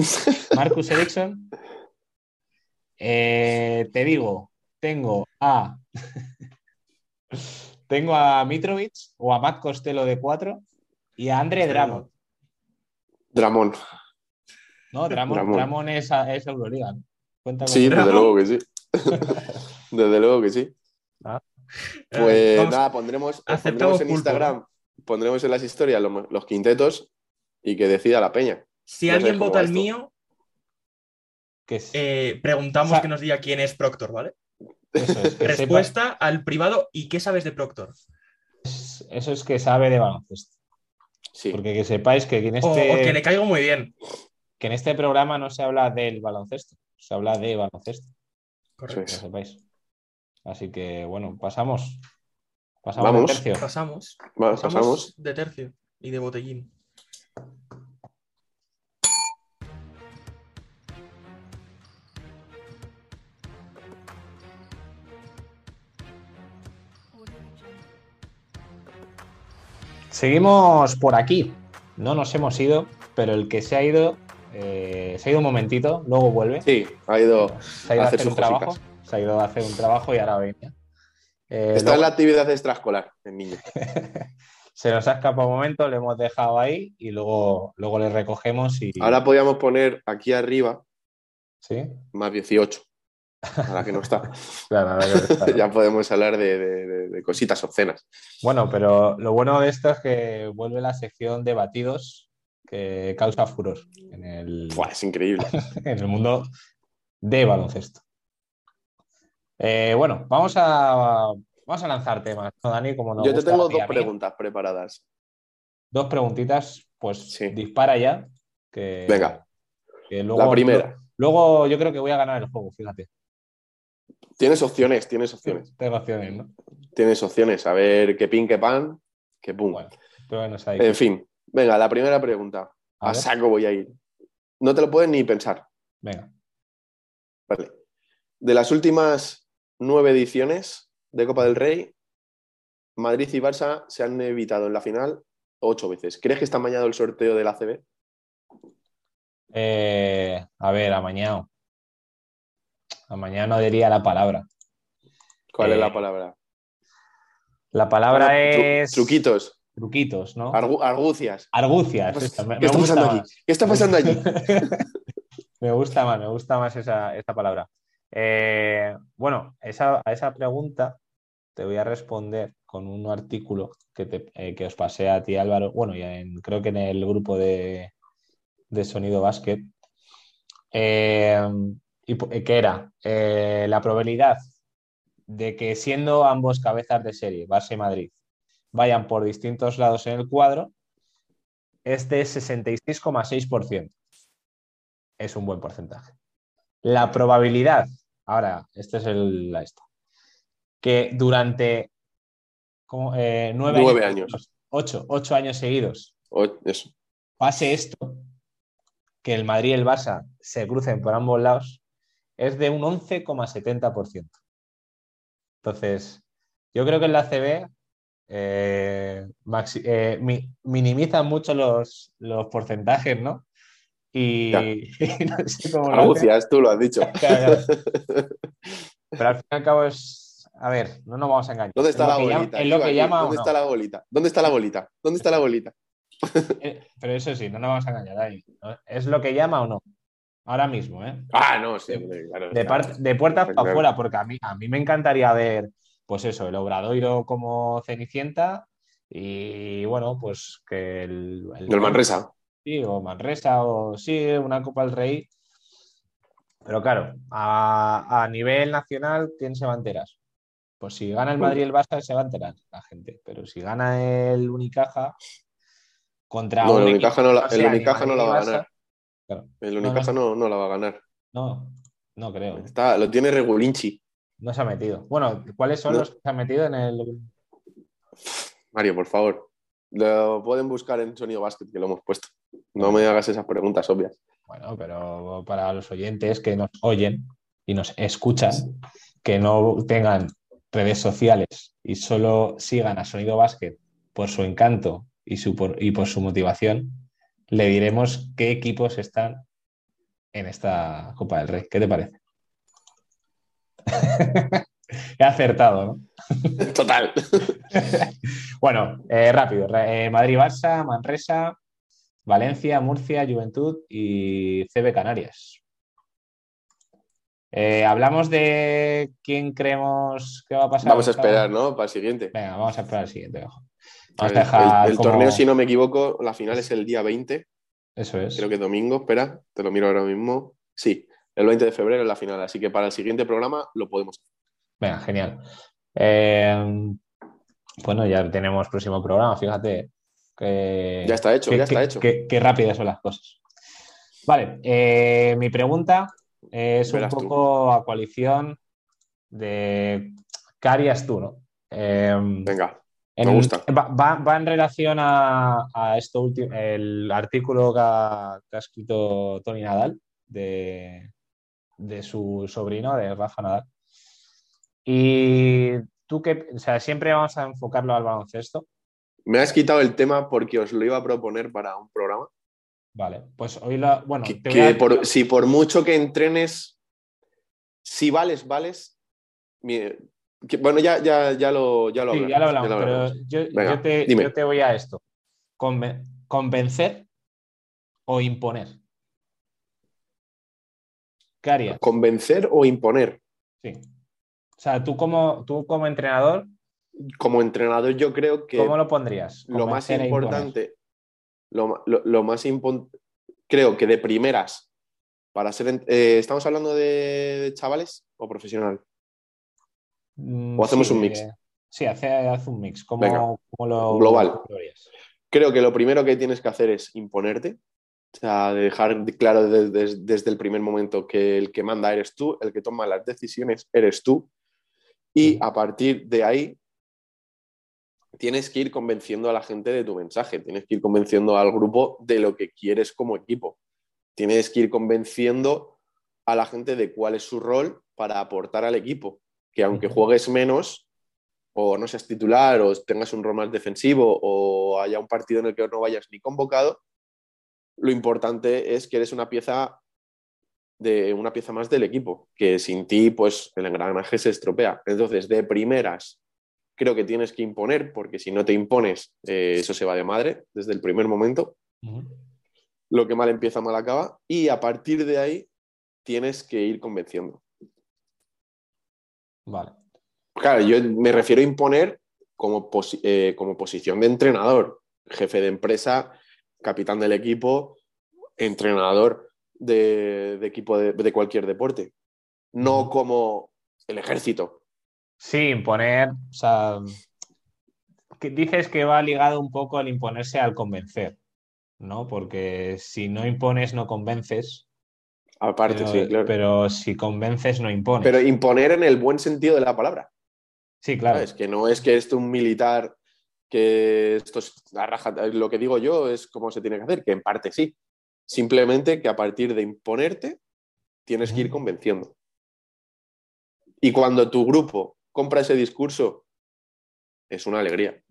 S2: Marcus Erickson. Eh, te digo, tengo a. tengo a Mitrovic o a Matt Costello de 4 y a
S4: pues
S2: Andre Drummond.
S3: Dramón.
S2: No, Drummond,
S3: Drummond.
S2: Drummond es, a- es Euroliga. ¿no? Cuenta con
S3: Sí,
S2: Drummond.
S3: desde
S4: Dramón.
S3: luego que sí. desde luego que sí. Pues nada, pondremos, os
S4: Eh, aceptamos
S3: pondremos en
S4: pulpo,
S3: Instagram, pondremos en las historias lo- los, quintetos y que decida la peña.
S4: si
S3: ya
S4: alguien
S3: sabes cómo
S4: vota
S3: va
S4: el
S3: esto.
S4: mío,
S2: Que es-
S4: eh, preguntamos
S2: O sea-
S4: que nos diga quién es Proctor, ¿vale?
S2: eso es, que sepa-
S4: Respuesta al privado y qué sabes de Proctor.
S2: eso es que sabe de baloncesto.
S3: Sí.
S2: Porque que sepáis que en
S4: O,
S2: este,
S4: o que le caigo muy bien.
S2: que en este programa no se habla del baloncesto, se habla de baloncesto,
S4: Correcto.
S2: que lo sepáis. Así que bueno, pasamos. Pasamos de
S3: Vamos.
S2: tercio.
S4: Pasamos,
S3: Vamos,
S4: pasamos
S3: pasamos.
S4: de tercio y de botellín.
S2: Seguimos por aquí. No nos hemos ido, pero el que se ha ido, eh, se ha ido un momentito, luego vuelve.
S3: Sí, ha ido.
S2: se ha ido a hacer,
S3: hacer sus
S2: un trabajo.
S3: cositas.
S2: Se ha ido a hacer un trabajo y ahora venía. Eh,
S3: Está en
S2: luego-
S3: la actividad extraescolar, el niño.
S2: Se nos ha escapado un momento, le hemos dejado ahí y luego, luego le recogemos y.
S3: Ahora podíamos poner aquí arriba
S2: Sí,
S3: más 18. Ahora que no está.
S2: claro, ahora que está.
S3: ya podemos hablar de, de- de- de cositas obscenas.
S2: Bueno, pero lo bueno de esto es que vuelve la sección de batidos que causa furor en el,
S3: Buah, es increíble.
S2: en el mundo de baloncesto. Eh, bueno, vamos a, vamos a lanzar temas, ¿no, Dani? Como nos
S3: Yo te
S2: gusta
S3: tengo
S2: a ti y a
S3: dos
S2: mí.
S3: preguntas preparadas.
S2: dos preguntitas, pues
S3: Sí.
S2: dispara ya. Que,
S3: Venga,
S2: que luego-
S3: la primera.
S2: Luego yo creo que voy a ganar el juego, fíjate.
S3: Tienes opciones, tienes opciones.
S2: Tengo opciones, ¿no?
S3: Tienes opciones. A ver, qué pin, qué pan, qué pum.
S2: Bueno, pero bueno, es ahí.
S3: En fin, venga, la primera pregunta.
S2: A
S3: A,
S2: ver.
S3: saco voy a ir. No te lo puedes ni pensar.
S2: Venga.
S3: Vale. De las últimas nueve ediciones de Copa del Rey, Madrid y Barça se han evitado en la final ocho veces. ¿Crees que está mañado el sorteo del ACB?
S2: Eh, a ver, amañado. Amañado no diría la palabra.
S3: ¿Cuál
S2: Eh,
S3: es la palabra?
S2: La palabra
S3: Tru-
S2: es.
S3: Truquitos,
S2: Truquitos, ¿no?
S3: argu- argucias.
S2: Argucias.
S3: Pues,
S2: esa, me-
S3: ¿Qué
S2: me
S3: está
S2: gusta
S3: pasando
S2: más.
S3: aquí? ¿Qué está pasando allí?
S2: me gusta más, me gusta más esa, esa palabra. Eh, bueno, esa, a esa pregunta te voy a responder con un artículo que, te- eh, que os pasé a ti, Álvaro. Bueno, y en- creo que en el grupo de, de Sonido Básquet. Eh, y, po- eh, que era eh, la probabilidad de que siendo ambos cabezas de serie, Barça y Madrid, vayan por distintos lados en el cuadro, este es 66,6%. Es un buen porcentaje. La probabilidad, ahora, este es el, la esta, que durante ¿cómo? Eh, nueve,
S3: Nueve
S2: años, seguidos, ocho, ocho años seguidos,
S3: O- eso.
S2: pase esto, que el Madrid y el Barça se crucen por ambos lados, es de un 11,70%. Entonces, yo creo que en la CB eh, maxi- eh, mi- minimizan mucho los, los porcentajes, ¿no? Y,
S3: Ya.
S2: y no sé cómo lo hacen.
S3: Argucias, tú lo has dicho.
S2: Claro, claro. Pero al fin y al cabo es. A ver, no nos vamos a engañar.
S3: ¿Dónde está
S2: Es
S3: la
S2: lo que llam-
S3: bolita?
S2: es lo
S3: Iba
S2: que
S3: aquí.
S2: llama o
S3: ¿Dónde
S2: no.
S3: está la bolita? ¿Dónde está la bolita? ¿Dónde está la bolita?
S2: Eh, Pero eso sí, no nos vamos a engañar ahí. ¿no? ¿Es lo que llama o no? Ahora mismo, ¿eh?
S3: Ah, no, sí, hombre, claro.
S2: De,
S3: claro.
S2: par- de puertas
S3: Claro.
S2: para afuera, porque a mí, a mí me encantaría ver, pues eso, el Obradoiro como Cenicienta y bueno, pues que el. el-
S3: Del Manresa.
S2: Sí, o Manresa, o sí, una Copa del Rey. Pero claro, a, a nivel nacional, ¿quién se va a enterar? Pues si gana el Madrid y el Barça, se va a enterar la gente. Pero si gana el Unicaja contra.
S3: No,
S2: un
S3: el
S2: equipo
S3: Unicaja no
S2: que
S3: la, el
S2: sea ni
S3: Unicaja no
S2: Madrid
S3: la
S2: ni
S3: va a
S2: Barça,
S3: ganar. El Unicaja no, no la va a ganar.
S2: No, no creo.
S3: Está, lo tiene Regulinchi.
S2: No se ha metido. Bueno, ¿cuáles son
S3: No.
S2: los que se han metido en el.
S3: Mario, por favor. Lo pueden buscar en Sonido Basket, que lo hemos puesto. No me hagas esas preguntas obvias.
S2: Bueno, pero para los oyentes que nos oyen y nos escuchan, que no tengan redes sociales y solo sigan a Sonido Básquet por su encanto y, su por, y por su motivación, le diremos qué equipos están en esta Copa del Rey. ¿Qué te parece? He acertado, ¿no?
S3: Total.
S2: Bueno, eh, rápido. Re- eh, Madrid-Barça, Manresa, Valencia, Murcia, Juventud y CB Canarias. Eh, hablamos de quién creemos que va a pasar.
S3: Vamos a esperar, ¿no? Para el siguiente.
S2: Venga, vamos a esperar al siguiente. mejor. Vamos
S3: El,
S2: a dejar
S3: el- el
S2: como-
S3: torneo, si no me equivoco, la final es el día 20,
S2: Eso es.
S3: creo que domingo. Espera, te lo miro ahora mismo. Sí, el 20 de febrero es la final. Así que para el siguiente programa lo podemos.
S2: Venga, genial. Eh, bueno, ya tenemos próximo programa, fíjate. Que...
S3: Ya está hecho,
S2: Qué-
S3: ya está
S2: qué-
S3: hecho.
S2: Qué, qué rápidas son las cosas. Vale, eh, mi pregunta es un
S3: Verás tú.
S2: poco a coalición de ¿qué harías tú, no? Eh,
S3: Venga,
S2: en-
S3: me gusta.
S2: Va, va- va en relación a, a esto último, el artículo que ha, que ha escrito Tony Nadal de, de su sobrino, de Rafa Nadal. Y tú que, o sea, siempre vamos a enfocarlo al baloncesto,
S3: me has quitado el tema porque os lo iba a proponer para un programa.
S2: Vale, pues hoy la. Bueno,
S3: que,
S2: te voy a-
S3: que por- si por mucho que entrenes, si vales, vales. mi- que- bueno, ya, ya, ya lo, ya lo
S2: sí,
S3: hablamos.
S2: ya lo hablamos,
S3: ya lo
S2: pero
S3: hablamos.
S2: yo,
S3: Venga,
S2: yo te,
S3: dime.
S2: yo te voy a esto. Conven- ¿Convencer o imponer? ¿Qué harías?
S3: ¿Convencer o imponer?
S2: Sí. O sea, tú como, tú como entrenador,
S3: Como entrenador, yo creo que
S2: ¿cómo lo pondrías?
S3: lo más
S2: Convencer e imponer.
S3: importante, lo, ma- lo- lo más impon- creo que de primeras, para ser, en- eh, ¿estamos hablando de chavales o profesional?
S2: Mm,
S3: ¿O hacemos
S2: sí,
S3: un mix?
S2: eh, sí, hace, haz un mix. ¿Cómo,
S3: Venga.
S2: cómo lo
S3: Global.
S2: lo harías?
S3: creo que lo primero que tienes que hacer es imponerte, o sea, dejar claro de- de- desde el primer momento que el que manda eres tú, el que toma las decisiones eres tú, y a partir de ahí tienes que ir convenciendo a la gente de tu mensaje, tienes que ir convenciendo al grupo de lo que quieres como equipo, tienes que ir convenciendo a la gente de cuál es su rol para aportar al equipo, que aunque
S2: Ujú.
S3: juegues menos o no seas titular o tengas un rol más defensivo o haya un partido en el que no vayas ni convocado, lo importante es que eres una pieza de una pieza más del equipo, que sin ti pues el engranaje se estropea. Entonces, de primeras creo que tienes que imponer, porque si no te impones, eh, eso se va de madre desde el primer momento. Lo que mal empieza, mal acaba. Y a partir de ahí tienes que ir convenciendo.
S2: Vale.
S3: Claro, yo me refiero a imponer como, posi- eh, como posición de entrenador, jefe de empresa, capitán del equipo, entrenador de, de equipo de, de cualquier deporte. No como el ejército.
S2: Sí, imponer, o sea, que dices que va ligado un poco al imponerse al convencer, ¿no? Porque si no impones, no convences,
S3: Aparte,
S2: pero, eh,
S3: sí, claro. Pero,
S2: pero si convences, no impones.
S3: imponer en el buen sentido de la palabra.
S2: Sí, claro.
S3: ¿sabes? Que no es que esto un militar, que esto es la raja- lo que digo yo es cómo se tiene que hacer, que en parte sí. Simplemente que a partir de imponerte tienes que ir
S2: Ujú.
S3: convenciendo. Y cuando tu grupo compra ese discurso, es una alegría,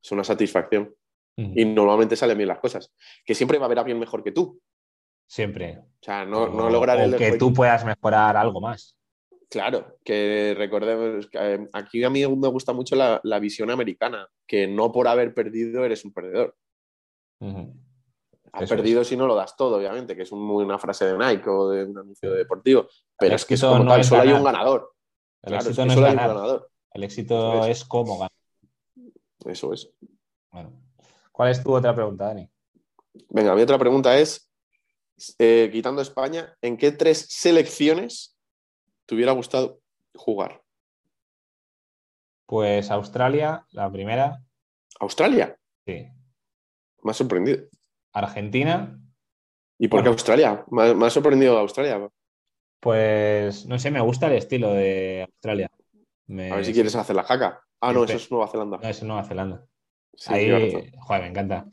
S3: es una satisfacción.
S2: Mm,
S3: Y normalmente salen bien las cosas. Que siempre va a haber alguien mejor que tú.
S2: Siempre.
S3: O sea, no, no
S2: O-
S3: lograr
S2: o
S3: el
S2: que tú puedas mejorar algo más.
S3: Claro, que recordemos que eh, aquí a mí me gusta mucho la, la visión americana, que no por haber perdido eres un perdedor.
S2: Ujú.
S3: Has
S2: Eso
S3: perdido si no lo das todo, obviamente, que es un- una frase de Nike o de un anuncio deportivo, pero
S2: El
S3: es que es
S2: éxito
S3: como
S2: no
S3: tal,
S2: es
S3: solo hay
S2: ganar.
S3: un ganador.
S2: El
S3: Claro, es
S2: éxito
S3: que
S2: no es
S3: solo hay un
S2: ganar,
S3: ganador.
S2: el éxito
S3: Eso
S2: es cómo ganar.
S3: Eso es.
S2: Bueno. ¿Cuál es tu otra pregunta, Dani?
S3: Venga, mi otra pregunta es, eh, quitando España, ¿en qué tres selecciones te hubiera gustado jugar?
S2: Pues Australia, la primera,
S3: Australia,
S2: sí.
S3: me ha sorprendido.
S2: Argentina,
S3: ¿Y por qué
S2: Bueno.
S3: Australia? Me ha, me ha sorprendido Australia.
S2: pues no sé, me gusta el estilo de Australia. Me-
S3: A ver si quieres hacer la jaca. Ah, no, eso es Nueva Zelanda.
S2: No, es Nueva Zelanda.
S3: Sí,
S2: Ahí,
S3: tienes razón.
S2: joder, me encanta.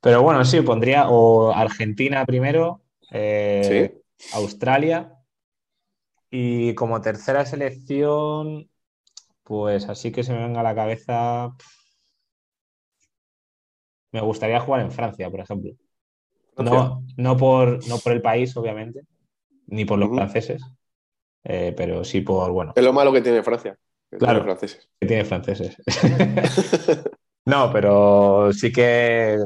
S2: Pero bueno, sí, pondría o Argentina primero, eh, Australia y como tercera selección, pues así que se me venga a la cabeza. pff, Me gustaría jugar en Francia, por ejemplo. No, no, por, no por el país, obviamente, ni por los
S3: Ujú.
S2: franceses, eh, pero sí por, bueno,
S3: Es lo malo que tiene Francia. que tiene
S2: Claro.
S3: franceses.
S2: que tiene franceses. No, pero sí que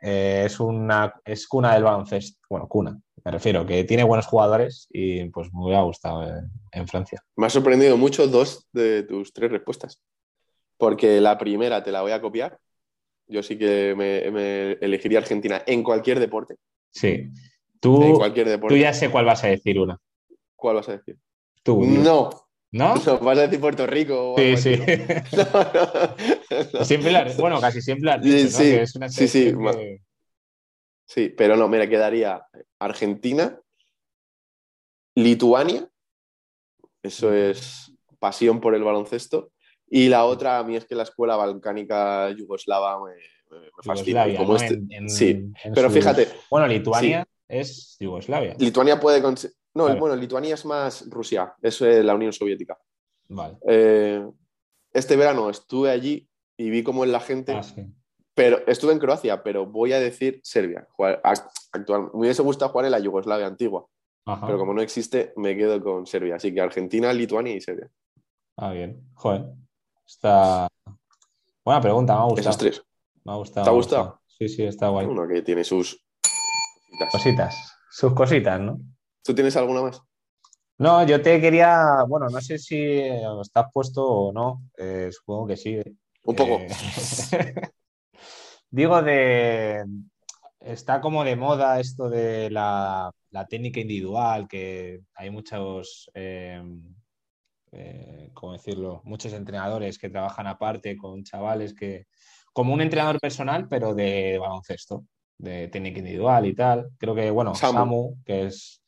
S2: eh, es una es cuna del baloncesto. Bueno, cuna, me refiero, que tiene buenos jugadores y pues me hubiera gustado eh, en Francia.
S3: Me ha sorprendido mucho dos de tus tres respuestas. Porque la primera te la voy a copiar. Yo sí que me, me elegiría Argentina en cualquier deporte.
S2: Sí.
S3: en
S2: Tú,
S3: cualquier
S2: Uh, tú
S3: deporte.
S2: ya sé cuál vas a decir una.
S3: ¿Cuál vas a decir?
S2: Tú, ¿no?
S3: No, no, vas a decir Puerto Rico. o
S2: Sí,
S3: algo
S2: sí.
S3: así, ¿no? No, no.
S2: Siempre la- bueno, casi siempre la has
S3: Sí,
S2: dicho, ¿no?
S3: sí,
S2: Que es una
S3: sí, sí,
S2: selección
S3: ma-
S2: que-
S3: Sí, pero no, mira, quedaría Argentina, Lituania, eso es pasión por el baloncesto, y la otra a mí es que la escuela balcánica yugoslava me, me- me fascina. y
S2: Yugoslavia,
S3: como
S2: ¿no?
S3: este-
S2: En- en-
S3: sí,
S2: en
S3: pero
S2: sus-
S3: fíjate,
S2: Bueno, Lituania es Yugoslavia.
S3: Lituania puede... conse- No,
S2: Claro.
S3: bueno, Lituania es más Rusia, eso es la Unión Soviética.
S2: Vale.
S3: Eh, este verano estuve allí y vi cómo es la gente...
S2: Ah, sí.
S3: Pero estuve en Croacia, pero voy a decir Serbia. jugar- act- Actual, me hubiese gustado jugar en la Yugoslavia antigua.
S2: Ajá.
S3: Pero como no existe, me quedo con Serbia. Así que Argentina, Lituania y Serbia.
S2: Ah, bien. Joder. Está. Buena pregunta, me ha gustado.
S3: Esos tres.
S2: Me ha gustado.
S3: ¿Te ha
S2: me
S3: gustado?
S2: Sí, sí, está Pues guay. Pues
S3: Uno que tiene sus. cositas.
S2: Cositas. Sus cositas, ¿no?
S3: ¿Tú tienes alguna más?
S2: No, yo te quería. Bueno, no sé si eh, estás puesto o no. eh, supongo que sí.
S3: Un poco.
S2: Eh, Digo de. Está como de moda esto de la, la técnica individual, que hay muchos, eh, eh, ¿cómo decirlo? Muchos entrenadores que trabajan aparte con chavales que como un entrenador personal, pero de baloncesto, de técnica individual y tal. Creo que, bueno,
S3: Samu.
S2: Samu, que es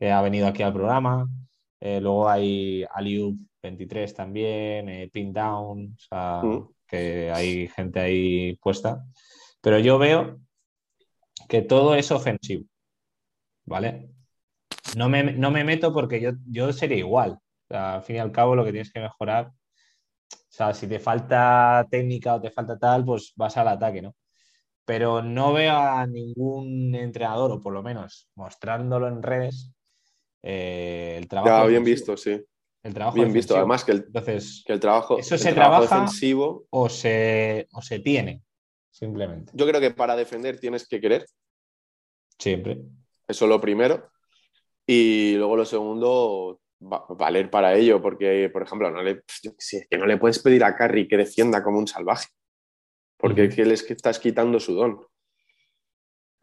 S2: que ha venido aquí al programa. Eh, luego hay Aliub 23 también, eh, Pin Down, o sea,
S3: Mm.
S2: que hay gente ahí puesta. Pero yo veo que todo es ofensivo, ¿vale? No me, no me meto porque yo, yo sería igual. O sea, al fin y al cabo, lo que tienes que mejorar, o sea, si te falta técnica o te falta tal, pues vas al ataque, ¿no? Pero no veo a ningún entrenador, o por lo menos mostrándolo en redes, eh, el trabajo.
S3: Ya, bien
S2: ofensivo.
S3: visto, sí.
S2: El trabajo
S3: Bien visto.
S2: ofensivo.
S3: Además que el,
S2: Entonces,
S3: que el trabajo,
S2: Eso
S3: el
S2: se
S3: trabajo
S2: trabaja-
S3: defensivo.
S2: o se, o se tiene, simplemente.
S3: Yo creo que para defender tienes que querer.
S2: Siempre.
S3: Eh, Eso lo primero. Y luego lo segundo, va- valer para ello, porque, por ejemplo, no le, pf, yo qué sé, que no le puedes pedir a Carrie que defienda como un salvaje, porque
S2: Ujú.
S3: es que le es- que estás quitando su don.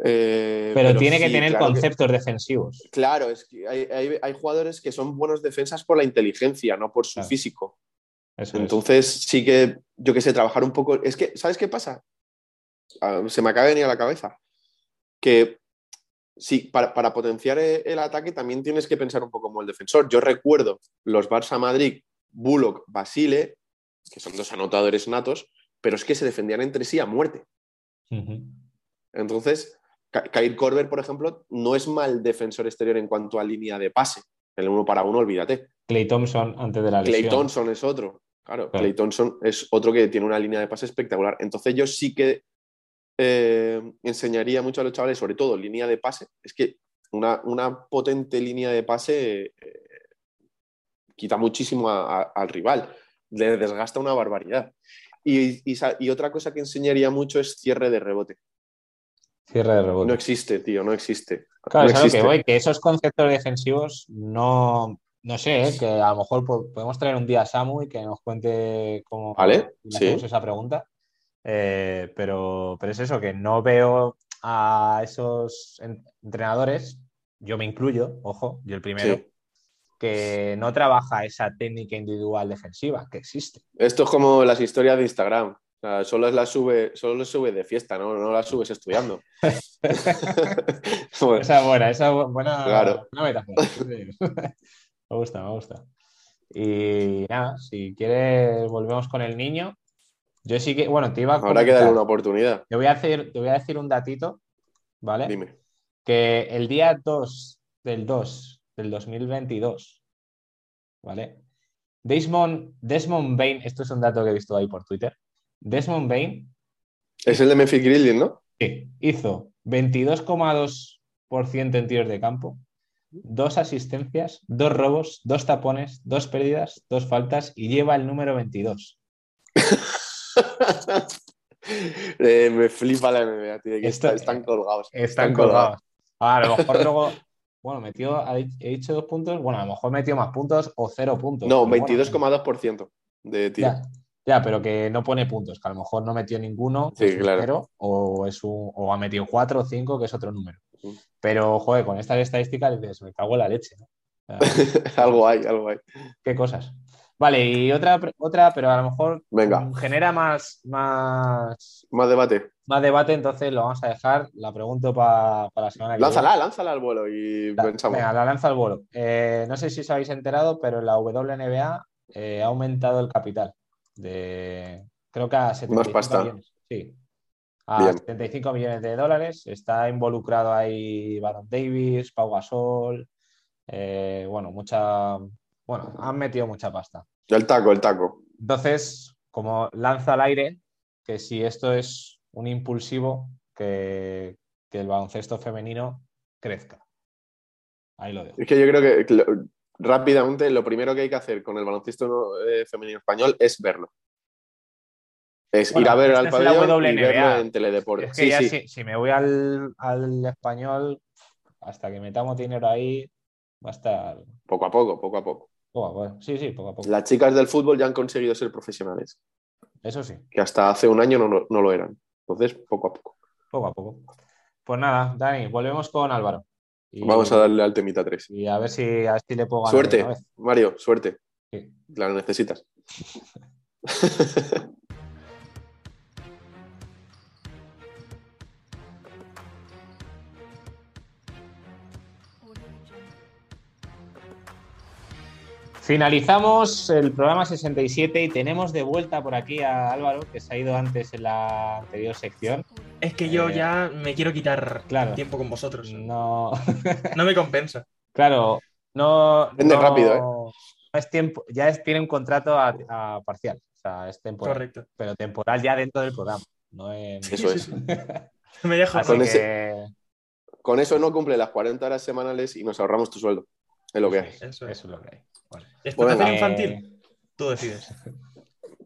S3: Eh,
S2: Pero, tiene que
S3: sí,
S2: tener
S3: claro que-
S2: conceptos defensivos.
S3: claro, es que hay, hay- hay jugadores que son buenos defensas por la inteligencia, no por su
S2: Claro.
S3: físico.
S2: Eso es.
S3: Entonces sí que, yo qué sé, trabajar un poco. Es que, ¿sabes qué pasa? Ah, se me acaba de venir a la cabeza. Que sí, para, para potenciar e- el ataque también tienes que pensar un poco como el defensor. Yo recuerdo los Barça Madrid, Bullock, Basile, que son dos anotadores natos, pero es que se defendían entre sí a muerte.
S2: Ujú.
S3: Entonces, Ka- Kyle Korver, por ejemplo, no es mal defensor exterior en cuanto a línea de pase. El uno para uno, olvídate.
S2: Clay Thompson antes de la lesión.
S3: Clay Thompson es otro.
S2: Claro.
S3: Claro, Clay Thompson es otro que tiene una línea de pase espectacular. Entonces yo sí que eh, enseñaría mucho a los chavales, sobre todo línea de pase. Es que una, una potente línea de pase eh, quita muchísimo a- a- al rival, le desgasta una barbaridad. Y, y sa- y otra cosa que enseñaría mucho es cierre de rebote.
S2: Cierre de rebote.
S3: No existe, tío, no existe.
S2: Claro,
S3: no
S2: es a lo que
S3: existe.
S2: voy, que esos conceptos defensivos no, no sé, ¿eh? que a lo mejor po- podemos traer un día a Samu y que nos cuente cómo
S3: Vale,
S2: le hacemos
S3: sí.
S2: esa pregunta. Eh, pero, pero es eso, que no veo a esos en- entrenadores, yo me incluyo, ojo, yo el primero,
S3: Sí.
S2: que no trabaja esa técnica individual defensiva que existe.
S3: Esto es como las historias de Instagram. O sea, solo las sube, solo las sube de fiesta, ¿no? No las subes estudiando. Bueno,
S2: Esa es buena, esa es bu- buena,
S3: Pues Claro.
S2: buena metáfora. me gusta, me gusta. Y nada, si quieres, volvemos con el niño. Yo sí que, bueno, te iba a
S3: habrá que
S2: comentar.
S3: darle una oportunidad.
S2: Te voy a hacer, te voy a decir un datito, ¿vale?
S3: Dime.
S2: Que el día 2 del 2 del 2022, ¿vale? Desmond, Desmond Bain, esto es un dato que he visto ahí por Twitter. Desmond Bain
S3: Es el de Memphis Grizzlies, ¿no?
S2: Sí, hizo 22,2% en tiros de campo, dos asistencias, dos robos, dos tapones, dos pérdidas, dos faltas y lleva el número 22.
S3: Eh, me flipa la NBA, tío, que
S2: Esto-
S3: está- están colgados.
S2: Están colgados. A lo mejor luego, bueno, metió, ha di- he dicho dos puntos, bueno, a lo mejor metió más puntos o cero puntos.
S3: No,
S2: pero bueno, ¿eh?
S3: 22,2% de tiro.
S2: Ya, ya, pero que no pone puntos, que a lo mejor no metió ninguno,
S3: Sí,
S2: es un
S3: claro.
S2: cero, o, es un- o ha metido cuatro o cinco, que es otro número.
S3: Sí.
S2: Pero, joder, con estas estadísticas dices, me cago en la leche, ¿no? O sea,
S3: algo hay, algo hay.
S2: qué cosas. Vale, y otra, otra pero a lo mejor
S3: Venga,
S2: mm, genera más, más,
S3: más debate.
S2: más debate, entonces lo vamos a dejar. La pregunto pa- para la semana que
S3: Lánzala, lánzala al vuelo y
S2: viene. La-
S3: pensamos.
S2: venga, la lanza al vuelo. Eh, no sé si os habéis enterado, pero la WNBA eh, ha aumentado el capital de, creo que a 75
S3: pasta.
S2: millones. Sí. A
S3: Bien.
S2: 75 millones de dólares. Está involucrado ahí Baron Davis, Pau Gasol. eh, bueno, mucha. Bueno, han metido mucha pasta.
S3: El taco, el taco.
S2: Entonces, como lanza al aire, que si esto es un impulsivo, que, que el baloncesto femenino crezca. Ahí lo dejo.
S3: Es que yo creo que, que lo- rápidamente lo primero que hay que hacer con el baloncesto eh, femenino español es verlo. Es
S2: Bueno,
S3: ir a ver
S2: esta
S3: al
S2: es la
S3: pabellón y
S2: WNBA.
S3: verlo en teledeporte.
S2: Es que
S3: Sí,
S2: ya
S3: sí.
S2: Si, si me voy al, al español, hasta que metamos dinero ahí, va a estar.
S3: Poco a poco, poco a poco.
S2: poco a poco. Sí, sí, poco a poco.
S3: Las chicas del fútbol ya han conseguido ser profesionales,
S2: Eso sí,
S3: que hasta hace un año no, lo- no lo eran. Entonces, poco a poco.
S2: poco a poco. Pues nada, Dani, volvemos con Álvaro. Y-
S3: Vamos a darle al temita 3.
S2: Y a ver si, a ver si le puedo ganar
S3: Suerte,
S2: una vez.
S3: Mario, suerte.
S2: Sí.
S3: La necesitas.
S2: Finalizamos el programa 67 y tenemos de vuelta por aquí a Álvaro, que se ha ido antes en la anterior sección.
S4: Es que yo
S2: Eh,
S4: ya me quiero quitar
S2: claro.
S4: tiempo con vosotros. No,
S2: No,
S4: me compensa.
S2: claro, no.
S3: Vende
S2: no-
S3: rápido, ¿eh?
S2: No es tiempo, ya es- tiene un contrato a, a parcial, o sea, es temporal,
S4: Correcto.
S2: pero temporal ya dentro del programa. No en-
S3: Eso
S4: Sí,
S3: es.
S4: sí, sí. Me dejo.
S2: Así
S3: Con
S2: que,
S3: Con eso no cumple las 40 horas semanales y nos ahorramos tu sueldo. Es lo que hay.
S2: eso,
S4: Eso
S2: es
S4: es.
S2: lo que hay. Bueno,
S3: pues
S4: ¿Explotación
S2: eh,
S4: infantil? Tú decides.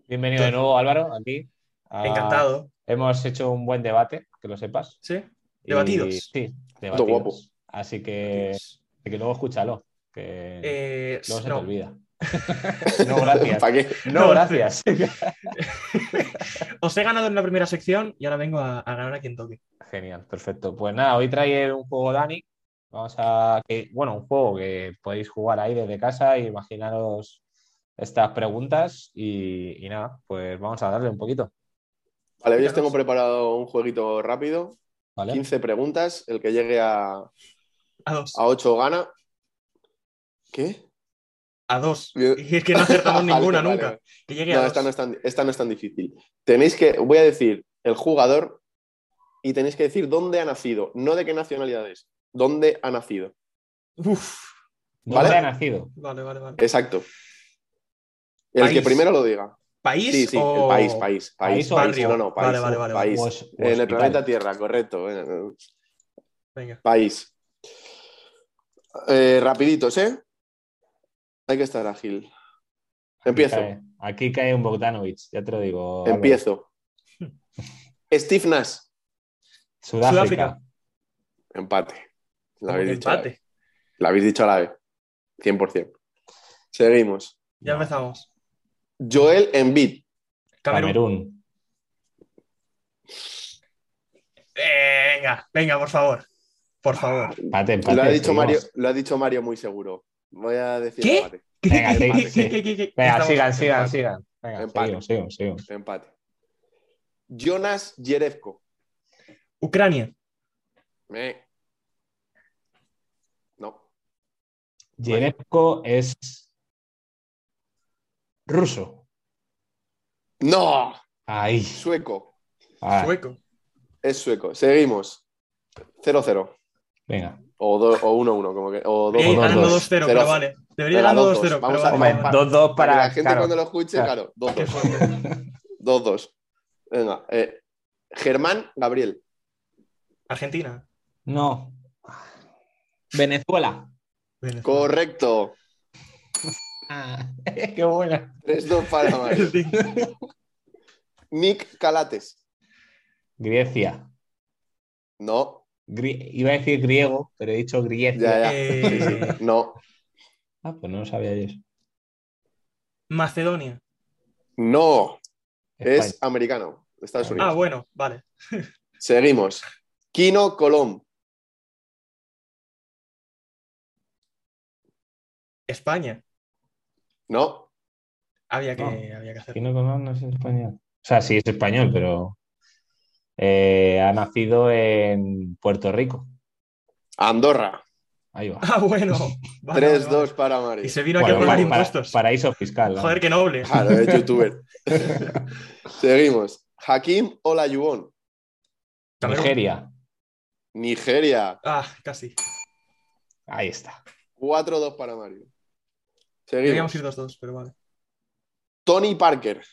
S2: bienvenido de nuevo, Álvaro, aquí. Ah,
S4: Encantado.
S2: Hemos hecho un buen debate, que lo sepas.
S4: ¿Sí?
S2: Y-
S4: Debatidos.
S2: sí, debatidos.
S3: guapo.
S2: Así que, así que luego escúchalo, que
S4: Eh,
S2: Eh, luego se
S4: no.
S2: te olvida. no, gracias.
S3: ¿Para qué?
S2: No, gracias.
S4: Os he ganado en la primera sección y ahora vengo a, a ganar a quien toque.
S2: Genial, perfecto. Pues nada, hoy trae un juego Dani. Vamos a que, bueno, un juego que podéis jugar ahí desde casa y imaginaros estas preguntas y, y nada, pues vamos a darle un poquito,
S3: Vale, hoy os tengo preparado un jueguito rápido.
S2: ¿vale?
S3: 15 preguntas. El que llegue a, a
S4: A dos.
S3: 8 gana. ¿Qué?
S4: A dos.
S3: Bien.
S4: Y es que no acertamos
S3: Vale,
S4: ninguna
S3: vale,
S4: nunca.
S3: vale.
S4: Que llegue
S3: No,
S4: a
S3: esta no,
S4: dos.
S3: es tan, esta no es tan difícil. Tenéis que, voy a decir el jugador y tenéis que decir dónde ha nacido, no de qué nacionalidad es, dónde ha nacido.
S4: Uf.
S2: ¿Dónde
S3: ¿Vale?
S2: ha nacido?
S4: Vale, vale, vale.
S3: Exacto. El
S4: País.
S3: que primero lo diga.
S4: ¿País
S3: Eh, Sí, sí,
S4: o
S3: el país, país,
S2: país
S3: país.
S2: o
S4: barrio?
S3: No, no, país.
S4: Vale, vale, vale,
S3: país.
S2: O es- o
S3: En el
S2: hospital.
S3: planeta Tierra, correcto. eh, eh,
S4: Venga.
S3: País. Eh, rapiditos, ¿eh? Hay que estar ágil. Empiezo.
S2: Aquí cae, aquí cae un Bogdanovich, ya te lo digo. Álvaro.
S3: Empiezo. Steve Nash.
S2: Sudáfrica.
S4: Sudáfrica.
S3: Empate. Lo
S4: Como que
S3: habéis dicho. a la vez.
S4: empate.
S3: Lo habéis dicho a la vez. 100%. Seguimos.
S4: Ya empezamos.
S3: Joel Embiid.
S4: Camerún.
S2: Camerún.
S4: Venga, venga, por favor. Por
S3: Ah,
S4: favor.
S2: Empate, empate,
S3: Lo ha, dicho
S2: seguimos.
S3: Mario, lo ha dicho Mario muy seguro. Voy a decir
S4: ¿Qué?
S3: empate.
S2: Venga, sí,
S4: ¿Qué,
S2: sí.
S4: qué, qué, qué?
S2: Venga,
S4: Estamos-
S2: sigan, sigan, sigan. Venga,
S3: Empate.
S2: seguimos, seguimos, seguimos.
S3: Empate. Jonas Jerezko.
S4: Ucrania.
S3: Me. Eh. No.
S2: Yerebko es ruso.
S3: ¡No!
S2: Ahí.
S3: Sueco.
S2: Ah,
S4: Sueco.
S3: Es sueco. Seguimos. 0-0.
S2: venga.
S3: O do- o 1-1, como que. O 2-2.
S4: Eh,
S2: dos,
S4: ganando
S2: dos.
S4: 2-0,
S3: Cero.
S4: pero vale. Debería
S3: Venga,
S4: ganando
S3: dos,
S4: 2-0,
S3: dos.
S4: pero
S3: Vamos a
S4: vale.
S2: Hombre,
S3: Vale.
S2: dos, dos
S3: Para que
S2: para.
S3: la gente
S2: claro.
S3: cuando lo escuche, claro. 2-2. 2-2. Venga. eh, Germán Gabriel.
S4: Argentina.
S2: No. Venezuela.
S4: Venezuela.
S3: Correcto. Ah.
S2: Qué buena.
S3: 3-2 para Mario.
S4: Sí.
S3: Nick Calates.
S2: Grecia.
S3: No.
S2: Gri- Iba a decir griego, pero he dicho Grecia.
S3: Ya, ya. Sí, sí.
S4: Eh,
S3: No.
S2: Ah, pues no lo sabía yo. eso.
S4: Macedonia.
S3: No. Es
S2: España.
S3: americano. de Estados
S2: Pues
S3: Unidos.
S4: Ah, bueno, vale.
S3: Seguimos. Kino Colom.
S4: España.
S3: No.
S4: Había que,
S2: No.
S4: había que hacer.
S2: Aquí no conozco, no es español. O sea, sí es español, pero. eh, ha nacido en Puerto Rico.
S3: Andorra.
S2: Ahí va.
S4: Ah, bueno. Vale,
S3: 3-2
S4: vale, vale.
S3: para Mario.
S4: Y se vino aquí a
S2: Bueno,
S4: pagar
S2: para-
S4: impuestos.
S2: para- paraíso fiscal. ¿no?
S4: Joder, qué noble.
S3: Claro, es youtuber. Seguimos. Hakim Olajuwon.
S4: Camerún.
S2: Nigeria.
S3: Nigeria.
S4: Ah, casi.
S2: Ahí está.
S3: 4-2 para Mario.
S4: Deberíamos
S3: Seguimos.
S4: ir 2-2, pero vale.
S3: Tony Parker.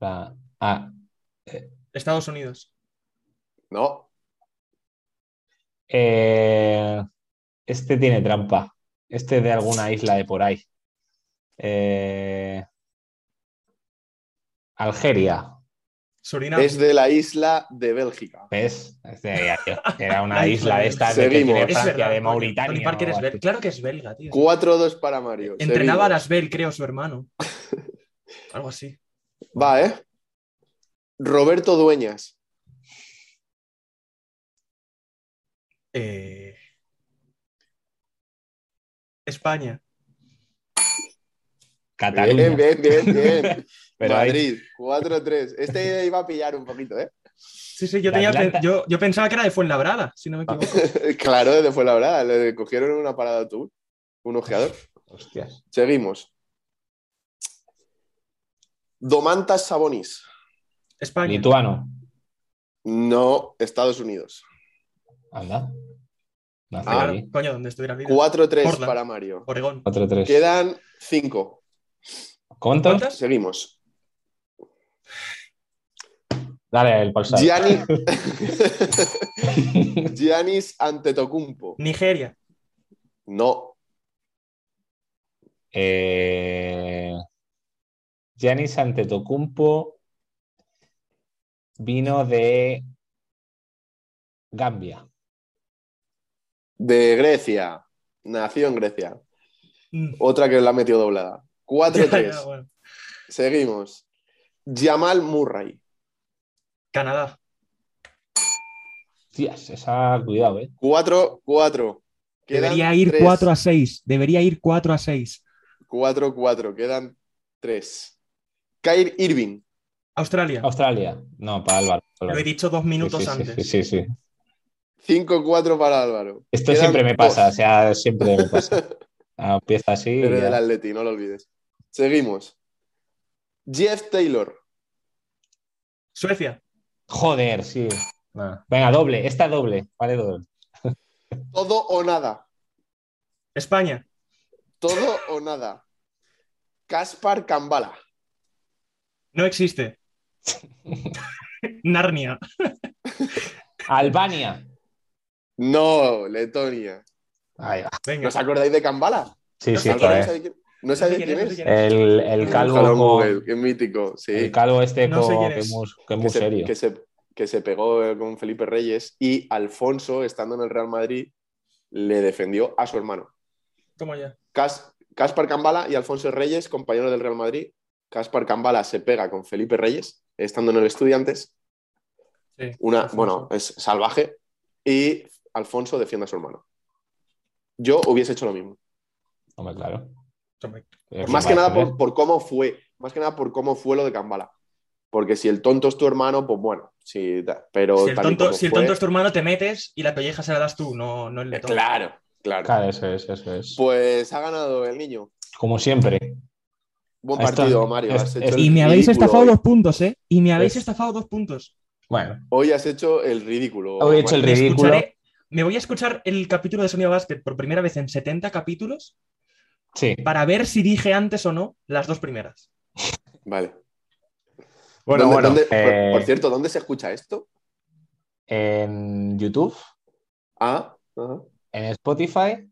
S2: La- ah,
S4: Estados Unidos.
S3: No.
S2: eh, este tiene trampa. Este es de alguna isla de por ahí. Eh, Algeria.
S4: Surinam.
S3: Es de la isla de Bélgica.
S2: ¿Ves? Este, era una
S4: La
S2: isla de
S4: isla
S2: estas
S3: de-
S2: de que tiene
S3: Seguimos.
S2: Francia, de
S4: coño.
S2: Mauritania.
S4: Tony Parker
S2: o
S4: es
S2: algo
S4: belga. Claro que es belga, tío.
S3: 4-2 para Mario.
S4: Entrenaba a
S3: Seguimos.
S4: las Bell, creo, su hermano. Algo así.
S3: Va, ¿eh? Roberto Dueñas.
S4: Eh, España.
S2: Cataluña.
S3: Bien, bien, bien, bien.
S2: Pero ahí-
S3: Madrid. 4-3. Este iba a pillar un poquito, ¿eh?
S4: Sí, sí, yo,
S2: La
S4: tenía,
S2: Atlanta. Ah.
S4: yo, yo pensaba que era de Fuenlabrada, si no me equivoco.
S3: claro, desde fue la verdad. Le cogieron en una parada de autobús. Un ojeador.
S2: Hostias.
S3: Seguimos. Domantas Sabonis.
S4: España.
S2: Lituano.
S3: No, Estados Unidos.
S2: Anda. Nace
S3: Ah.
S2: allí.
S4: Coño, donde estuviera vida.
S3: 4-3
S4: Portland.
S3: para Mario.
S4: Oregón.
S2: 4-3.
S3: Quedan 5.
S2: ¿Cuántos?
S4: ¿Cuántas?
S3: Seguimos.
S2: Dale el pulsar.
S3: Gianni... Giannis Antetokounmpo.
S4: Nigeria.
S3: No.
S2: Eh, Giannis Antetokounmpo vino de Gambia.
S3: De Grecia. Nació en Grecia.
S4: Mm.
S3: Otra que la ha metido doblada.
S4: Ya, ya,
S3: 4-3.
S4: bueno.
S3: Seguimos. Jamal Murray.
S4: Canadá.
S2: Tías, esa, cuidado, eh.
S3: 4-4. Quedan
S5: Debería ir
S3: tres.
S5: 4 a 6. Debería ir 4 a 6.
S3: 4-4. Quedan 3. Kyrie Irving.
S4: Australia.
S2: Australia. No, para Álvaro.
S4: Lo he dicho dos minutos
S2: Sí, sí,
S4: antes.
S2: Sí, sí, sí.
S3: 5-4 para Álvaro.
S2: Esto
S3: Quedan
S2: siempre me
S3: dos.
S2: pasa, o sea, siempre me pasa. Ah, Empieza así. y
S3: Pero del
S2: ya.
S3: Atleti, no lo olvides. Seguimos. Jeff Taylor.
S4: Suecia.
S2: Joder, sí. Nah. Venga, doble, esta doble, vale doble.
S3: Todo o nada.
S4: España.
S3: Todo o nada. Caspar Cambala.
S4: No existe. Narnia.
S2: Albania.
S3: No, Letonia.
S2: Ahí va.
S4: Venga.
S3: ¿No os acordáis de Cambala?
S2: Sí,
S4: No
S2: sí,
S4: sé
S3: ¿Alguno
S2: joder.
S3: sabe quién- ¿No
S4: No sé
S3: sabéis
S4: quién
S3: quién
S4: es, no sé
S3: es?
S4: quién
S2: El, el
S3: Búscalo
S2: calvo
S3: en
S2: con-
S3: Google, qué mítico, sí.
S2: El calvo este
S4: No sé
S2: co-
S4: quién
S2: que
S4: es.
S2: es muy, que es
S3: que,
S2: muy
S3: se,
S2: serio.
S3: que se- que se pegó eh, con Felipe Reyes y Alfonso, estando en el Real Madrid, le defendió a su hermano.
S4: ¿Cómo ya?
S3: Cas- Caspar Cambala y Alfonso Reyes, compañeros del Real Madrid. Caspar Cambala se pega con Felipe Reyes, estando en el Estudiantes.
S4: Sí,
S3: Una,
S4: Alfonso.
S3: bueno, es salvaje. Y Alfonso defiende a su hermano. Yo hubiese hecho lo mismo.
S2: Hombre, claro.
S4: Hombre,
S2: Eh,
S3: Más
S2: va
S3: que
S2: a
S3: nada por,
S2: tener.
S3: por cómo fue. Más que nada por cómo fue lo de Cambala. Porque si el tonto es tu hermano, pues bueno. Si, da- pero
S4: Si el,
S3: tal y
S4: tonto,
S3: como
S4: si el
S3: fue-
S4: tonto es tu hermano, te metes y la pelleja se la das tú, no, no el
S3: Eh,
S4: letón.
S3: Claro, claro.
S2: Claro, eso es, eso es.
S3: Pues ha ganado el niño.
S2: Como siempre.
S3: Buen
S2: Esto-
S3: partido, Mario.
S2: es-
S3: Has hecho
S2: es-
S5: Y
S3: el
S5: me habéis
S3: ridículo
S5: estafado
S3: hoy.
S5: dos puntos, ¿eh? Y me habéis
S2: Es-
S5: estafado dos puntos.
S2: Bueno,
S3: Hoy has hecho el ridículo.
S2: Hoy he hecho el
S4: Me
S2: Ridículo.
S4: escucharé- Me voy a escuchar el capítulo de Sonido Basket por primera vez en 70 capítulos
S2: sí.
S4: para ver si dije antes o no las dos primeras.
S3: Vale.
S2: Bueno,
S3: ¿Dónde-
S2: bueno.
S3: dónde- por-
S2: eh,
S3: por, cierto, ¿dónde se escucha esto?
S2: En YouTube,
S3: Ah, ajá.
S2: en Spotify,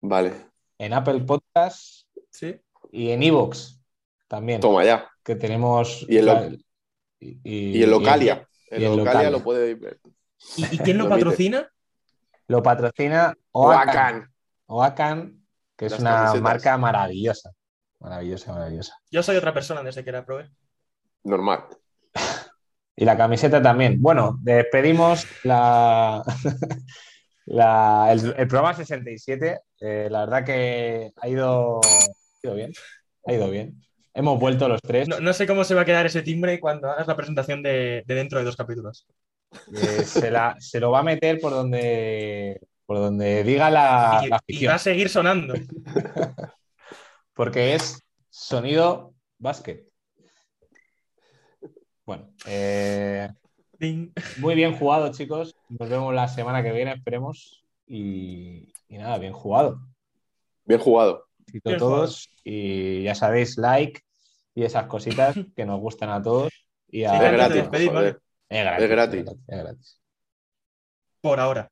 S3: vale.
S2: en Apple Podcasts
S4: ¿Sí?
S2: y en Evox también.
S3: Toma ya.
S2: Que tenemos.
S3: Y en lo-
S2: la- y- y-
S3: Y en Localia.
S2: y
S3: En
S2: en
S3: Localia,
S2: Localia.
S3: lo puede ver.
S4: ¿Y, y quién lo
S3: Lo viste.
S4: patrocina?
S2: Lo patrocina Oakan.
S3: Oacan.
S2: Oakan, que es
S3: Las
S2: una
S3: camisetas.
S2: marca maravillosa. Maravillosa, maravillosa.
S4: Yo soy otra persona desde que era ¿eh? prove.
S3: Normal.
S2: Y la camiseta también. Bueno, despedimos la, la- el, el programa 67. Eh, la verdad que ha ido, ha ido bien. Ha ido bien. Hemos vuelto los tres.
S4: No, no sé cómo se va a quedar ese timbre cuando hagas la presentación de, de dentro de dos capítulos.
S2: Eh, se, la- se lo va a meter por donde, por donde diga Ah, la,
S4: y,
S2: la
S4: y
S2: afición.
S4: va a seguir sonando.
S2: Porque es sonido básquet. Bueno, eh,
S4: Ding.
S2: muy bien jugado, chicos. Nos vemos la semana que viene, esperemos. Y, y nada, bien jugado.
S3: Bien jugado.
S2: Besito
S4: Bien
S2: a todos. Y ya sabéis, like y esas cositas que nos gustan a todos. Y a...
S4: Sí,
S3: Es
S4: antes de
S3: gratis.
S4: despedir,
S3: joder.
S4: vale.
S2: Es gratis.
S3: Es gratis.
S2: es gratis.
S4: Por ahora.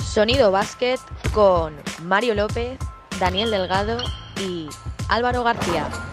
S1: Sonido Basket con Mario López, Daniel Delgado y Álvaro García.